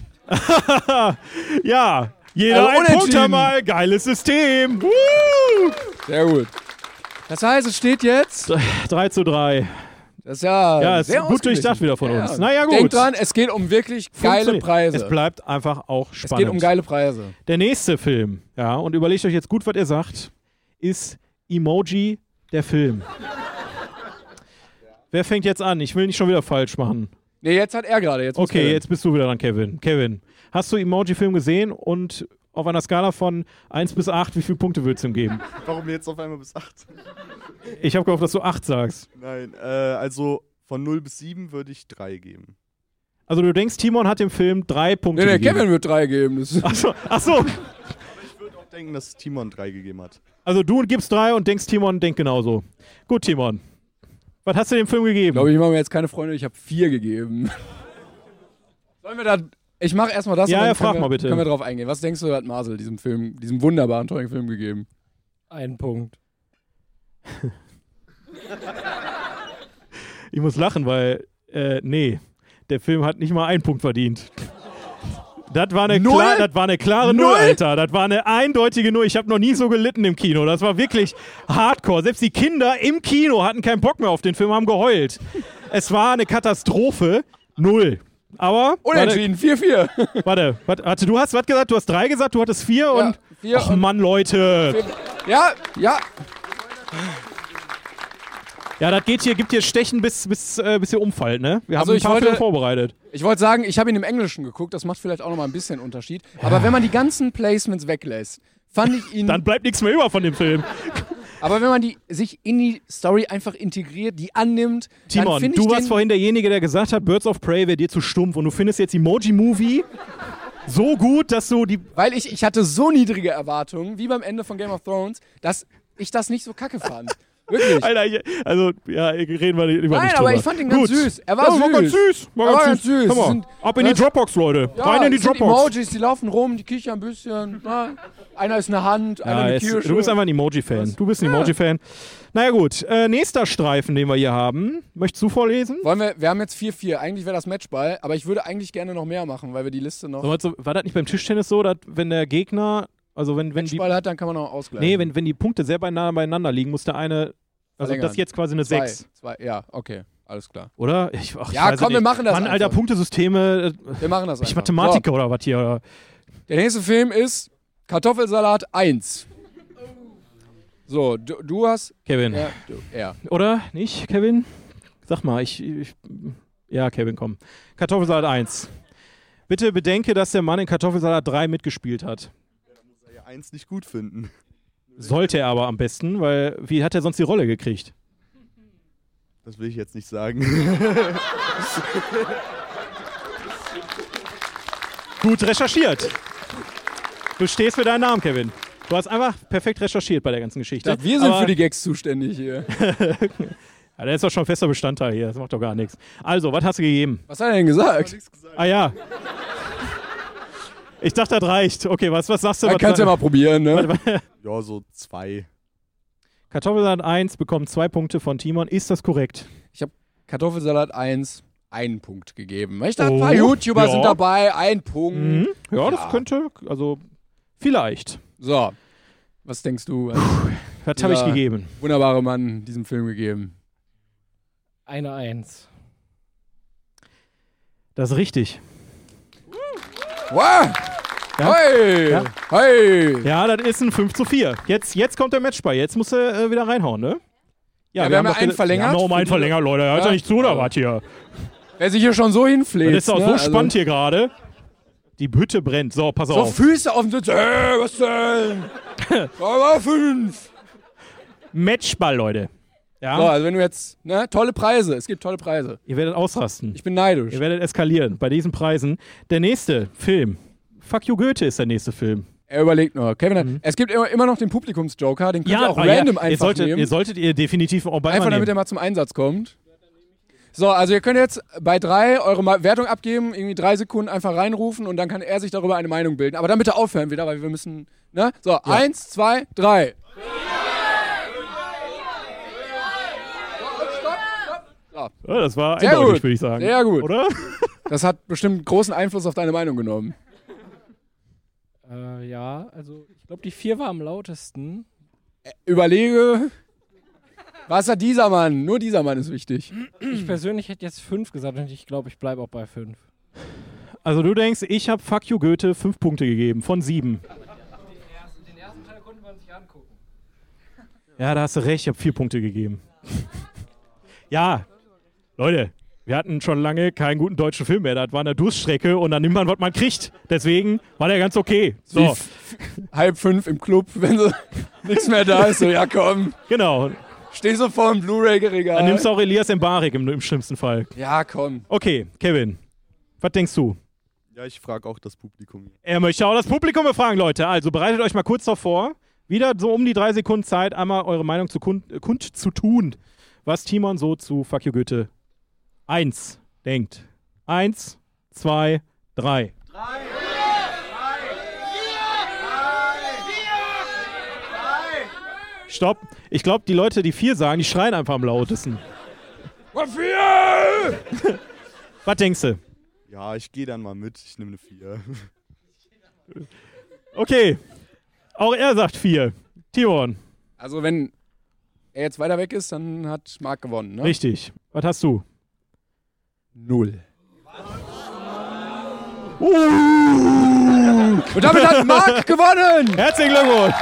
S2: Ja, jeder
S3: Also
S2: ein Punkt
S3: unentschieden.
S2: einmal. Geiles System. Woo!
S3: Sehr gut. Das heißt, es steht jetzt.
S2: 3 zu 3.
S3: Das ist ja.
S2: Ja, ist
S3: sehr
S2: gut
S3: ausgeglichen.
S2: durchdacht wieder von
S3: Ja,
S2: uns. Naja, gut.
S3: Denkt dran, es geht um wirklich geile
S2: Funktioniert.
S3: Preise.
S2: Es bleibt einfach auch
S3: Es
S2: spannend.
S3: geht um geile Preise.
S2: Der nächste Film, ja, und überlegt euch jetzt gut, was ihr sagt, ist Emoji der Film. Wer fängt jetzt an? Ich will nicht schon wieder falsch machen.
S3: Nee, jetzt hat er gerade. Jetzt muss
S2: Okay,
S3: Kevin.
S2: jetzt bist du wieder dran, Kevin. Kevin, hast du Emoji-Film gesehen und auf einer Skala von 1 bis 8, wie viele Punkte würdest du ihm geben?
S7: Warum jetzt auf einmal bis 8?
S2: Ich habe gehofft, dass du 8 sagst.
S7: Nein, äh, also von 0 bis 7 würde ich 3 geben.
S2: Also du denkst, Timon hat dem Film 3 Punkte
S3: Nee, nee,
S2: gegeben. Ah.
S3: Kevin wird drei geben. Das
S2: Achso, achso.
S7: Ich würde auch denken, dass Timon 3 gegeben hat.
S2: Also du gibst 3 und denkst, Timon denkt genauso. Gut, Timon. Was hast du dem Film gegeben?
S3: glaube, ich mache mir jetzt keine Freunde. Ich habe vier gegeben. Sollen wir da. Ich mache erstmal das.
S2: Ja,
S3: und dann
S2: ja,
S3: können
S2: frag
S3: wir,
S2: mal bitte.
S3: Können wir drauf eingehen. Was denkst du, hat Marcel diesem Film, diesem wunderbaren, tollen Film gegeben?
S6: Ein Punkt.
S2: Ich muss lachen, weil, äh, nee, der Film hat nicht mal einen Punkt verdient. Das war, eine
S3: Null?
S2: klar, das war eine klare Null,
S3: Null?
S2: Alter. Das war eine eindeutige Null. Ich habe noch nie so gelitten im Kino. Das war wirklich hardcore. Selbst die Kinder im Kino hatten keinen Bock mehr auf den Film, haben geheult. Es war eine Katastrophe. Null. Aber.
S3: Unentschieden, 4-4.
S2: Warte, warte, warte, warte, du hast was gesagt? Du hast drei gesagt, du hattest vier und.
S3: vier
S2: Ach
S3: und-
S2: Mann, Leute.
S3: Ja, ja.
S2: Ja, das geht hier, gibt hier Stechen bis, bis, äh, bis ihr umfallt, ne? Wir
S3: Also
S2: haben ein
S3: ich
S2: paar
S3: wollte-
S2: Filme vorbereitet.
S3: Ich wollte sagen, ich habe ihn im Englischen geguckt, das macht vielleicht auch nochmal ein bisschen Unterschied. Aber wenn man die ganzen Placements weglässt, fand ich ihn.
S2: Dann bleibt nichts mehr über von dem Film.
S3: aber wenn man die sich in die Story einfach integriert, die annimmt, dann
S2: Timon,
S3: finde ich
S2: du warst
S3: den,
S2: vorhin derjenige, der gesagt hat, Birds of Prey wäre dir zu stumpf und du findest jetzt Emoji Movie so gut, dass du die.
S3: weil ich, ich hatte so niedrige Erwartungen, wie beim Ende von Game of Thrones, dass ich das nicht so kacke fand. Wirklich.
S2: Alter, ich, also, ja, reden wir lieber
S3: Nein,
S2: nicht
S3: aber
S2: drüber.
S3: ich fand ihn ganz
S2: gut.
S3: süß. Er war
S2: ja, War ganz
S3: süß.
S2: süß. War
S3: Er
S2: ganz
S3: war
S2: süß.
S3: ganz süß.
S2: Komm mal,
S3: Sind-
S2: ab in die
S3: das-
S2: Dropbox, Leute.
S3: Ja,
S2: Rein in die
S3: es sind
S2: Dropbox.
S3: Emojis, die laufen rum, die kichern ein bisschen. Na, einer ist eine Hand, einer
S2: Ja,
S3: eine
S2: es-
S3: Kirsche.
S2: du bist einfach ein Emoji-Fan. Du bist ein Emoji-Fan. Naja, gut. Äh, nächster Streifen, den wir hier haben. Möchtest du vorlesen?
S3: Wollen wir, wir haben jetzt 4-4. Eigentlich wäre das Matchball, aber ich würde eigentlich gerne noch mehr machen, weil wir die Liste noch.
S2: So, was so- war das nicht beim Tischtennis so, dass wenn der Gegner, also wenn, wenn die.
S3: Matchball hat, dann kann man auch ausgleichen.
S2: Nee, wenn, wenn die Punkte sehr beinahe beieinander liegen, muss der eine. Also
S3: Verlängern.
S2: das ist jetzt quasi eine
S3: zwei,
S2: 6,
S3: Zwei, ja, okay, alles klar.
S2: oder? Ich, ach, ich
S3: Ja,
S2: weiß es
S3: komm, wir
S2: nicht.
S3: machen das
S2: Mann, alter,
S3: einfach.
S2: Punktesysteme. äh,
S3: Wir machen das
S2: Bin ich
S3: einfach.
S2: Mathematiker oder was hier? Oder?
S3: So, der nächste Film ist Kartoffelsalat 1. So, du, du hast.
S2: Kevin.
S3: Ja, du, ja.
S2: Oder? Nicht, Kevin? Sag mal, ich, ich. Ja, Kevin, komm. Kartoffelsalat 1. Bitte bedenke, dass der Mann in Kartoffelsalat 3 mitgespielt hat.
S7: Ja, eins nicht gut finden.
S2: Sollte er aber am besten, weil wie hat er sonst die Rolle gekriegt?
S7: Das will ich jetzt nicht sagen.
S2: Gut recherchiert. Du stehst für deinen Namen, Kevin. Du hast einfach perfekt recherchiert bei der ganzen
S3: Ich
S2: Geschichte.
S3: dachte, wir sind
S2: Aber-
S3: für die Gags zuständig hier.
S2: Ja, der ist doch schon fester Bestandteil hier. Das macht doch gar nichts. Also, was hast du gegeben?
S3: Was hat er denn gesagt?
S2: Ah ja. Ich dachte, das reicht. Okay, was, was sagst du?
S3: Dann
S2: was
S3: kannst du ja mal probieren, ne?
S7: ja, so zwei.
S2: Kartoffelsalat 1 bekommt zwei Punkte von Timon. Ist das korrekt?
S3: Kartoffelsalat 1 einen Punkt gegeben. Weil Ich dachte,
S2: Oh,
S3: ein paar YouTuber
S2: ja.
S3: sind dabei, ein Punkt.
S2: Mhm. Ja, das
S3: Ja.
S2: könnte, also vielleicht.
S3: So, was denkst du, hat
S2: Was habe ich
S3: Ja.
S2: gegeben?
S3: der wunderbare Mann diesem Film gegeben?
S6: Eine Eins.
S2: Das ist richtig.
S3: Wow! Hey!
S2: Ja.
S3: Hey!
S2: Ja, das ist ein 5 zu 4. Jetzt, jetzt kommt der Matchball. Jetzt musst du äh, wieder reinhauen, ne?
S3: Ja, wir haben ja
S2: doch
S3: einen
S2: gese-
S3: verlängert.
S2: Wir haben noch um einen
S3: Für die-
S2: verlängert, Leute. Hört ja
S3: Ja.
S2: nicht zu, oder was hier?
S3: Wer sich hier schon so hinfleht.
S2: Das ist auch so
S3: ne?
S2: spannend hier gerade. Die Hütte brennt. So, pass
S3: Also, so
S2: auf.
S3: Füße auf dem Sitz. Hey, was denn? Aber fünf!
S2: Matchball, Leute. Ja,
S3: So, also wenn du jetzt, ne, tolle Preise. Es gibt tolle Preise.
S2: ihr werdet ausrasten.
S3: Ich bin neidisch.
S2: Ihr werdet eskalieren bei diesen Preisen. Der nächste Film. Fuck you Goethe ist der nächste Film.
S3: Er überlegt nur. Kevin hat, es gibt immer, immer noch den Publikumsjoker, den könnt ihr auch
S2: Mhm. ah,
S3: random
S2: ihr,
S3: einfach
S2: solltet,
S3: nehmen.
S2: ihr solltet ihr definitiv auch bei
S3: Einfach
S2: nehmen.
S3: damit er mal zum Einsatz kommt. So, also ihr könnt jetzt bei drei eure Ma- Wertung abgeben, irgendwie drei Sekunden einfach reinrufen und dann kann er sich darüber eine Meinung bilden. Aber dann bitte aufhören wieder, weil wir müssen, ne? So, eins, zwei, drei.
S2: Ja, das war
S3: Sehr
S2: eindeutig,
S3: gut.
S2: würde ich sagen.
S3: Sehr gut.
S2: Oder?
S3: Das hat bestimmt großen Einfluss auf deine Meinung genommen.
S6: Äh, ja, also ich glaube, die vier war am lautesten.
S3: Überlege, was hat dieser Mann? Nur dieser Mann ist wichtig.
S6: Ich persönlich hätte jetzt fünf gesagt und ich glaube, ich bleibe auch bei fünf.
S2: Also du denkst, ich habe Fuck you Goethe fünf Punkte gegeben von sieben.
S6: Den ersten Teil konnte man sich angucken.
S2: Ja, da hast du recht, ich habe vier Punkte gegeben. ja, Leute, wir hatten schon lange keinen guten deutschen Film mehr. Das war eine Durststrecke und dann nimmt man, was man kriegt. Deswegen war der ganz okay.
S3: Wie
S2: So,
S3: f- halb fünf im Club, wenn so nichts mehr da ist, so ja komm,
S2: genau.
S3: steh so vor dem
S2: Dann
S3: Blu-ray-Regal.
S2: nimmst du auch Elias Embarek im, im schlimmsten Fall.
S3: Ja komm.
S2: Okay, Kevin, was denkst du?
S7: Ja, ich frage auch das Publikum.
S2: Er möchte auch Ähm, das Publikum befragen, Leute. Also bereitet euch mal kurz darauf vor. Wieder so um die drei Sekunden Zeit, einmal eure Meinung zu kund, äh, kund zu tun, was Timon so zu Fuck you Goethe 1 denkt. Eins, zwei, drei. Stopp. Ich glaube, die Leute, die vier sagen, die schreien einfach am lautesten.
S3: Wofür?
S2: Was denkst du?
S7: Ja, ich gehe dann mal mit. Ich nehme eine vier.
S2: Okay. Auch er sagt vier. Timon,
S3: Also wenn er jetzt weiter weg ist, dann hat Marc gewonnen, ne?
S2: richtig. Was hast du?
S3: Null. Und damit hat Marc gewonnen!
S2: Herzlichen Glückwunsch!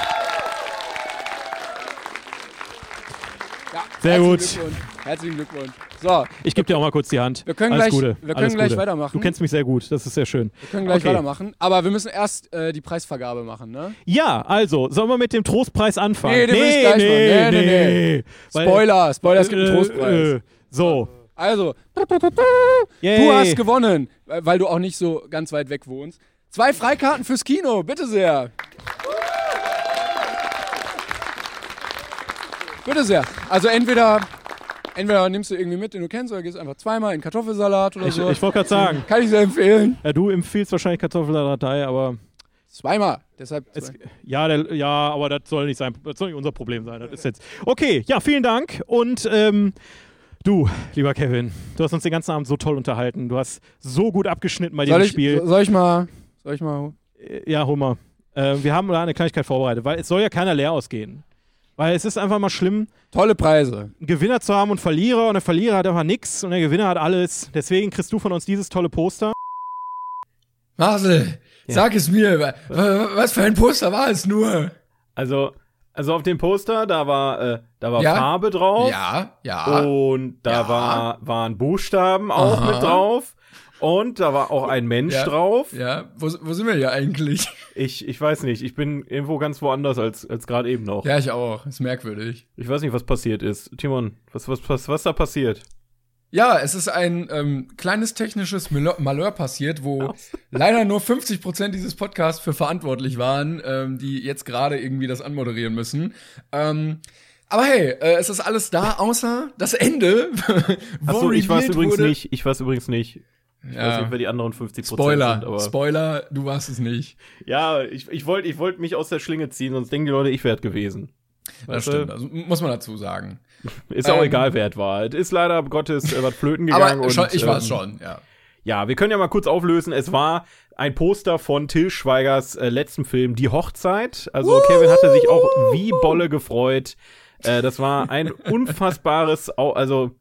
S3: Ja,
S8: Sehr gut.
S9: Glückwunsch. Herzlichen Glückwunsch. So,
S8: Ich gebe dir auch mal kurz die Hand.
S9: Wir können
S8: Alles
S9: gleich-
S8: Gute.
S9: wir können
S8: Alles
S9: gleich
S8: Gute.
S9: weitermachen.
S8: Du kennst mich sehr gut. Das ist sehr schön.
S9: wir können gleich
S8: Okay.
S9: weitermachen. Aber wir müssen erst äh, die Preisvergabe machen, ne?
S8: Ja, also, sollen wir mit dem Trostpreis anfangen?
S9: Nee, den will ich gleich machen. Nee, nee,
S8: Weil-
S9: Spoiler, Spoiler, es gibt einen
S8: Äh,
S9: Trostpreis.
S8: äh, so.
S9: Also,
S8: Yay.
S9: du hast gewonnen, weil weil du auch nicht so ganz weit weg wohnst. Zwei Freikarten fürs Kino, bitte sehr. Bitte sehr. Also entweder, entweder nimmst du irgendwie mit, den du kennst, oder gehst einfach zweimal in Kartoffelsalat oder
S8: Ich,
S9: so.
S8: ich wollte gerade sagen,
S9: Kann ich sehr empfehlen.
S8: ja, du empfiehlst wahrscheinlich Kartoffelsalatei, aber
S9: Zweimal. Deshalb
S8: es,
S9: zwei.
S8: ja, der, ja, aber das soll nicht sein, das soll nicht unser Problem sein. Das ist jetzt okay. Ja, vielen Dank und ähm, du, lieber Kevin, du hast uns den ganzen Abend so toll unterhalten. Du hast so gut abgeschnitten bei
S9: soll
S8: dem
S9: ich,
S8: Spiel.
S9: soll ich mal. Soll ich mal.
S8: Äh, Ja, Hummer. Äh, wir haben da eine Kleinigkeit vorbereitet, weil es soll ja keiner leer ausgehen. Weil es ist einfach mal schlimm,
S9: Tolle Preise.
S8: einen Gewinner zu haben und Verlierer und der Verlierer hat einfach nichts und der Gewinner hat alles. Deswegen kriegst du von uns dieses tolle Poster.
S3: Marcel, sag es mir, wa- wa- was für ein Poster war es nur?
S2: Also, also auf dem Poster, da war, äh, da war
S3: Ja.
S2: Farbe
S8: Oh.
S2: drauf.
S3: Ja, ja.
S2: Und da
S3: Ah, Ja.
S2: war, waren Buchstaben auch
S3: Aha.
S2: mit drauf. Und da war auch ein Mensch
S3: Ja.
S2: drauf.
S3: Ja, wo, wo sind wir hier eigentlich?
S2: Ich, ich weiß nicht, ich bin irgendwo ganz woanders als, als gerade eben noch.
S3: Ja, ich auch. Ist merkwürdig.
S2: Ich weiß nicht, was passiert ist. Timon, was, was, was, was da passiert?
S3: Ja, es ist ein ähm, kleines technisches Malheur, Malheur passiert, wo leider nur 50 Prozent dieses Podcasts für verantwortlich waren, ähm, die jetzt gerade irgendwie das anmoderieren müssen. Ähm, aber hey, äh, es ist alles da, außer das Ende. wo
S2: Achso, ich weiß
S3: revealed
S2: übrigens
S3: wurde-
S2: nicht. Ich weiß übrigens nicht. Ich weiß
S3: Ja.
S2: nicht, wer die anderen 50
S3: Spoiler,
S2: sind, aber.
S3: Spoiler, du warst es nicht.
S2: ja, ich, ich wollte ich wollt mich aus der Schlinge ziehen, sonst denken die Leute, ich wäre gewesen.
S3: Das
S2: Weißt du?
S3: stimmt, also, muss man dazu sagen.
S2: Ist auch
S3: Ähm.
S2: egal, wer es war. Es ist leider Gottes äh, was flöten gegangen.
S3: aber schon,
S2: und,
S3: ich war es
S2: ähm,
S3: schon, ja.
S2: Ja, wir können ja mal kurz auflösen.
S3: Mhm.
S2: Es war ein Poster von Till Schweigers äh, letztem Film, Die Hochzeit. Also Kevin hatte sich auch wie Bolle gefreut. Äh, das war ein unfassbares, Au- also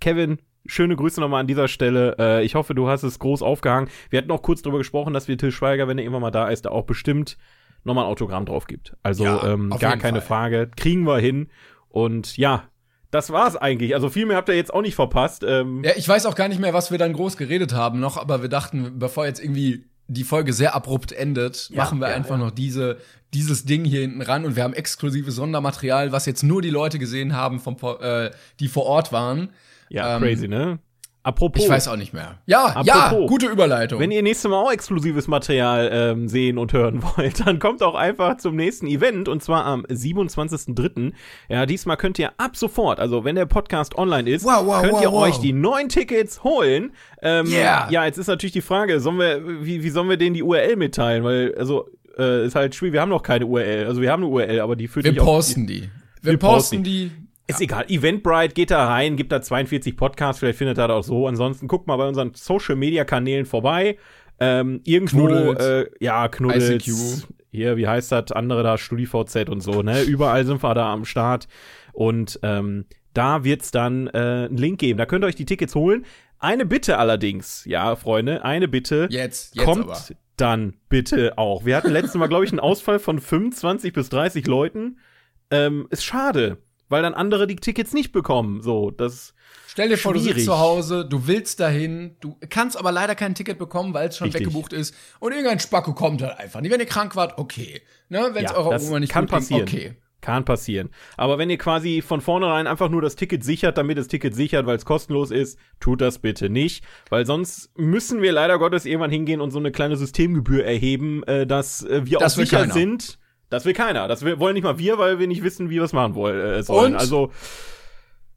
S2: Kevin, schöne Grüße nochmal an dieser Stelle. Äh, ich hoffe, du hast es groß aufgehangen. Wir hatten auch kurz drüber gesprochen, dass wir Till Schweiger, wenn er irgendwann mal da ist, da auch bestimmt nochmal ein Autogramm drauf gibt. Also
S3: Ja,
S2: ähm,
S3: auf
S2: gar
S3: jeden
S2: keine
S3: Fall.
S2: Frage. Kriegen wir hin. Und ja, das war's eigentlich. Also viel mehr habt ihr jetzt auch nicht verpasst. Ähm,
S3: Ja, ich weiß auch gar nicht mehr, was wir dann groß geredet haben noch, aber wir dachten, bevor jetzt irgendwie die Folge sehr abrupt endet, machen wir einfach noch diese, dieses Ding hier hinten ran und wir haben exklusives Sondermaterial, was jetzt nur die Leute gesehen haben, vom, Po- äh, die vor Ort waren.
S2: Ja,
S3: Ähm,
S2: crazy, ne? Apropos,
S3: Ich weiß auch nicht mehr. Ja,
S2: Apropos.
S3: ja, gute Überleitung.
S2: wenn ihr nächstes Mal auch exklusives Material ähm, sehen und hören wollt, dann kommt auch einfach zum nächsten Event und zwar am 27.03. Ja, diesmal könnt ihr ab sofort, also wenn der Podcast online ist,
S3: Wow, wow,
S2: könnt
S3: wow,
S2: ihr
S3: wow.
S2: euch die neuen Tickets holen. Ähm,
S3: Yeah.
S2: Ja, jetzt ist natürlich die Frage, sollen wir, wie, wie sollen wir denen die URL mitteilen? Weil, also, äh, ist halt schwierig, wir haben noch keine URL. Also wir haben eine URL, aber die führt
S3: wir
S2: nicht auf-
S3: posten die. Wir,
S2: Wir posten
S3: posten die.
S2: Ist egal. Eventbrite geht da rein, gibt da 42 Podcasts, vielleicht findet er das auch so. Ansonsten guckt mal bei unseren Social Media Kanälen vorbei. Ähm, irgendwo,
S3: Knuddels.
S2: äh, ja, Knuddels.
S3: ICQ.
S2: Hier, wie heißt das? Andere da, StudiVZ und so, ne? Überall sind wir da am Start. Und ähm, da wird's dann äh, einen Link geben. Da könnt ihr euch die Tickets holen. Eine Bitte allerdings, ja, Freunde, eine Bitte
S3: Jetzt, jetzt
S2: kommt
S3: aber.
S2: dann bitte auch. Wir hatten letztes Mal, glaube ich, einen Ausfall von 25 bis 30 Leuten. Ähm, ist schade, weil dann andere die Tickets nicht bekommen. So, das
S3: Stell dir vor, du
S2: Schwierig.
S3: sitzt zu Hause, du willst dahin, du kannst aber leider kein Ticket bekommen, weil es schon
S2: Richtig.
S3: weggebucht ist und irgendein Spacko kommt halt einfach nicht. Wenn ihr krank wart, okay. Ne, wenn es
S2: Ja,
S3: eurer
S2: das
S3: Oma nicht
S2: kann
S3: gut ging,
S2: passieren.
S3: okay.
S2: kann passieren. Aber wenn ihr quasi von vornherein einfach nur das Ticket sichert, damit das Ticket sichert, weil es kostenlos ist, tut das bitte nicht, weil sonst müssen wir leider Gottes irgendwann hingehen und so eine kleine Systemgebühr erheben, äh, dass äh, wir
S3: Das
S2: auch
S3: will
S2: sicher
S3: keiner.
S2: sind. Das will keiner. Das will, wollen nicht mal wir, weil wir nicht wissen, wie wir es machen wollen, äh, sollen.
S3: Und?
S2: Also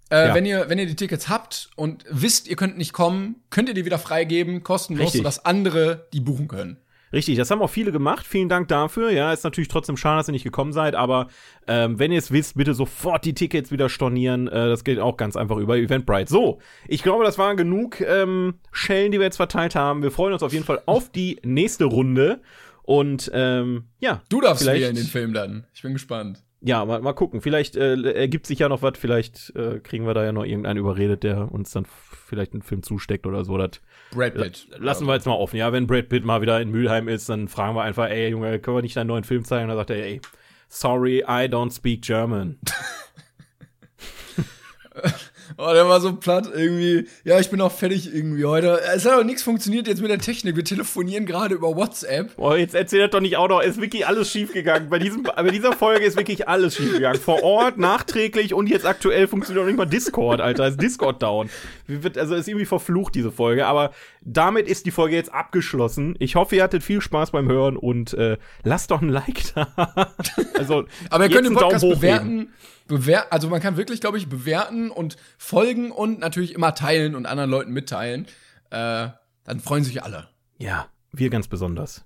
S3: Äh,
S2: Ja.
S3: wenn, ihr, wenn ihr die Tickets habt und wisst, ihr könnt nicht kommen, könnt ihr die wieder freigeben, kostenlos,
S2: Richtig.
S3: sodass andere die buchen können.
S2: Richtig, das haben auch viele gemacht. Vielen Dank dafür. Ja, ist natürlich trotzdem schade, dass ihr nicht gekommen seid, aber ähm, wenn ihr es wisst, bitte sofort die Tickets wieder stornieren. Äh, das geht auch ganz einfach über Eventbrite. So, ich glaube, das waren genug ähm, Schellen, die wir jetzt verteilt haben. Wir freuen uns auf jeden Fall auf die nächste Runde. Und ähm, ja,
S3: Du darfst
S2: Vielleicht-
S3: wählen den Film dann. Ich bin gespannt.
S2: ja, mal, mal gucken. Vielleicht äh, ergibt sich ja noch was. Vielleicht äh, kriegen wir da ja noch irgendeinen überredet, der uns dann f- vielleicht einen Film zusteckt oder so. Das
S3: Brad Pitt.
S2: Lassen wir jetzt mal offen, ja. Wenn Brad Pitt mal wieder in Mülheim ist, dann fragen wir einfach, ey Junge, können wir nicht deinen neuen Film zeigen? Und dann sagt er, ey, sorry, I don't speak German.
S3: Oh, der war so platt irgendwie. Ja, ich bin auch fertig irgendwie heute. Es hat auch nichts funktioniert jetzt mit der Technik. Wir telefonieren gerade über WhatsApp.
S2: Boah, jetzt erzählt doch nicht auch noch, ist wirklich alles schiefgegangen. Bei, diesem, bei dieser Folge ist wirklich alles schiefgegangen. Vor Ort, nachträglich und jetzt aktuell funktioniert auch nicht mal Discord, Alter. Ist Discord down. Wie Wird, also ist irgendwie verflucht, diese Folge. Aber damit ist die Folge jetzt abgeschlossen. Ich hoffe, ihr hattet viel Spaß beim Hören und äh, lasst doch ein Like da. Also,
S3: Aber ihr
S2: jetzt
S3: könnt den
S2: einen Daumen
S3: Podcast
S2: hoch geben.
S3: bewerten. Bewer also man kann wirklich, glaube ich, bewerten und folgen und natürlich immer teilen und anderen Leuten mitteilen. Äh, dann freuen sich alle.
S2: Ja, wir ganz besonders.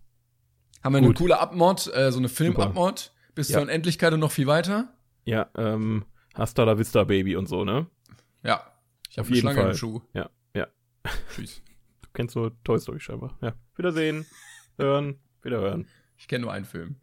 S3: Haben wir eine
S2: Gut.
S3: coole Abmod, äh, so eine Film-Abmod. Bis
S2: Ja.
S3: zur Unendlichkeit und noch viel weiter.
S2: Ja, ähm, hasta la vista, Baby und so, ne?
S3: Ja. Ich
S2: Auf
S3: habe eine
S2: jeden
S3: Schlange
S2: Fall.
S3: im Schuh.
S2: Ja, ja.
S3: Tschüss.
S2: Du kennst so Toy Story scheinbar. Ja. Wiedersehen. Hören. Wiederhören.
S3: Ich kenne nur einen Film.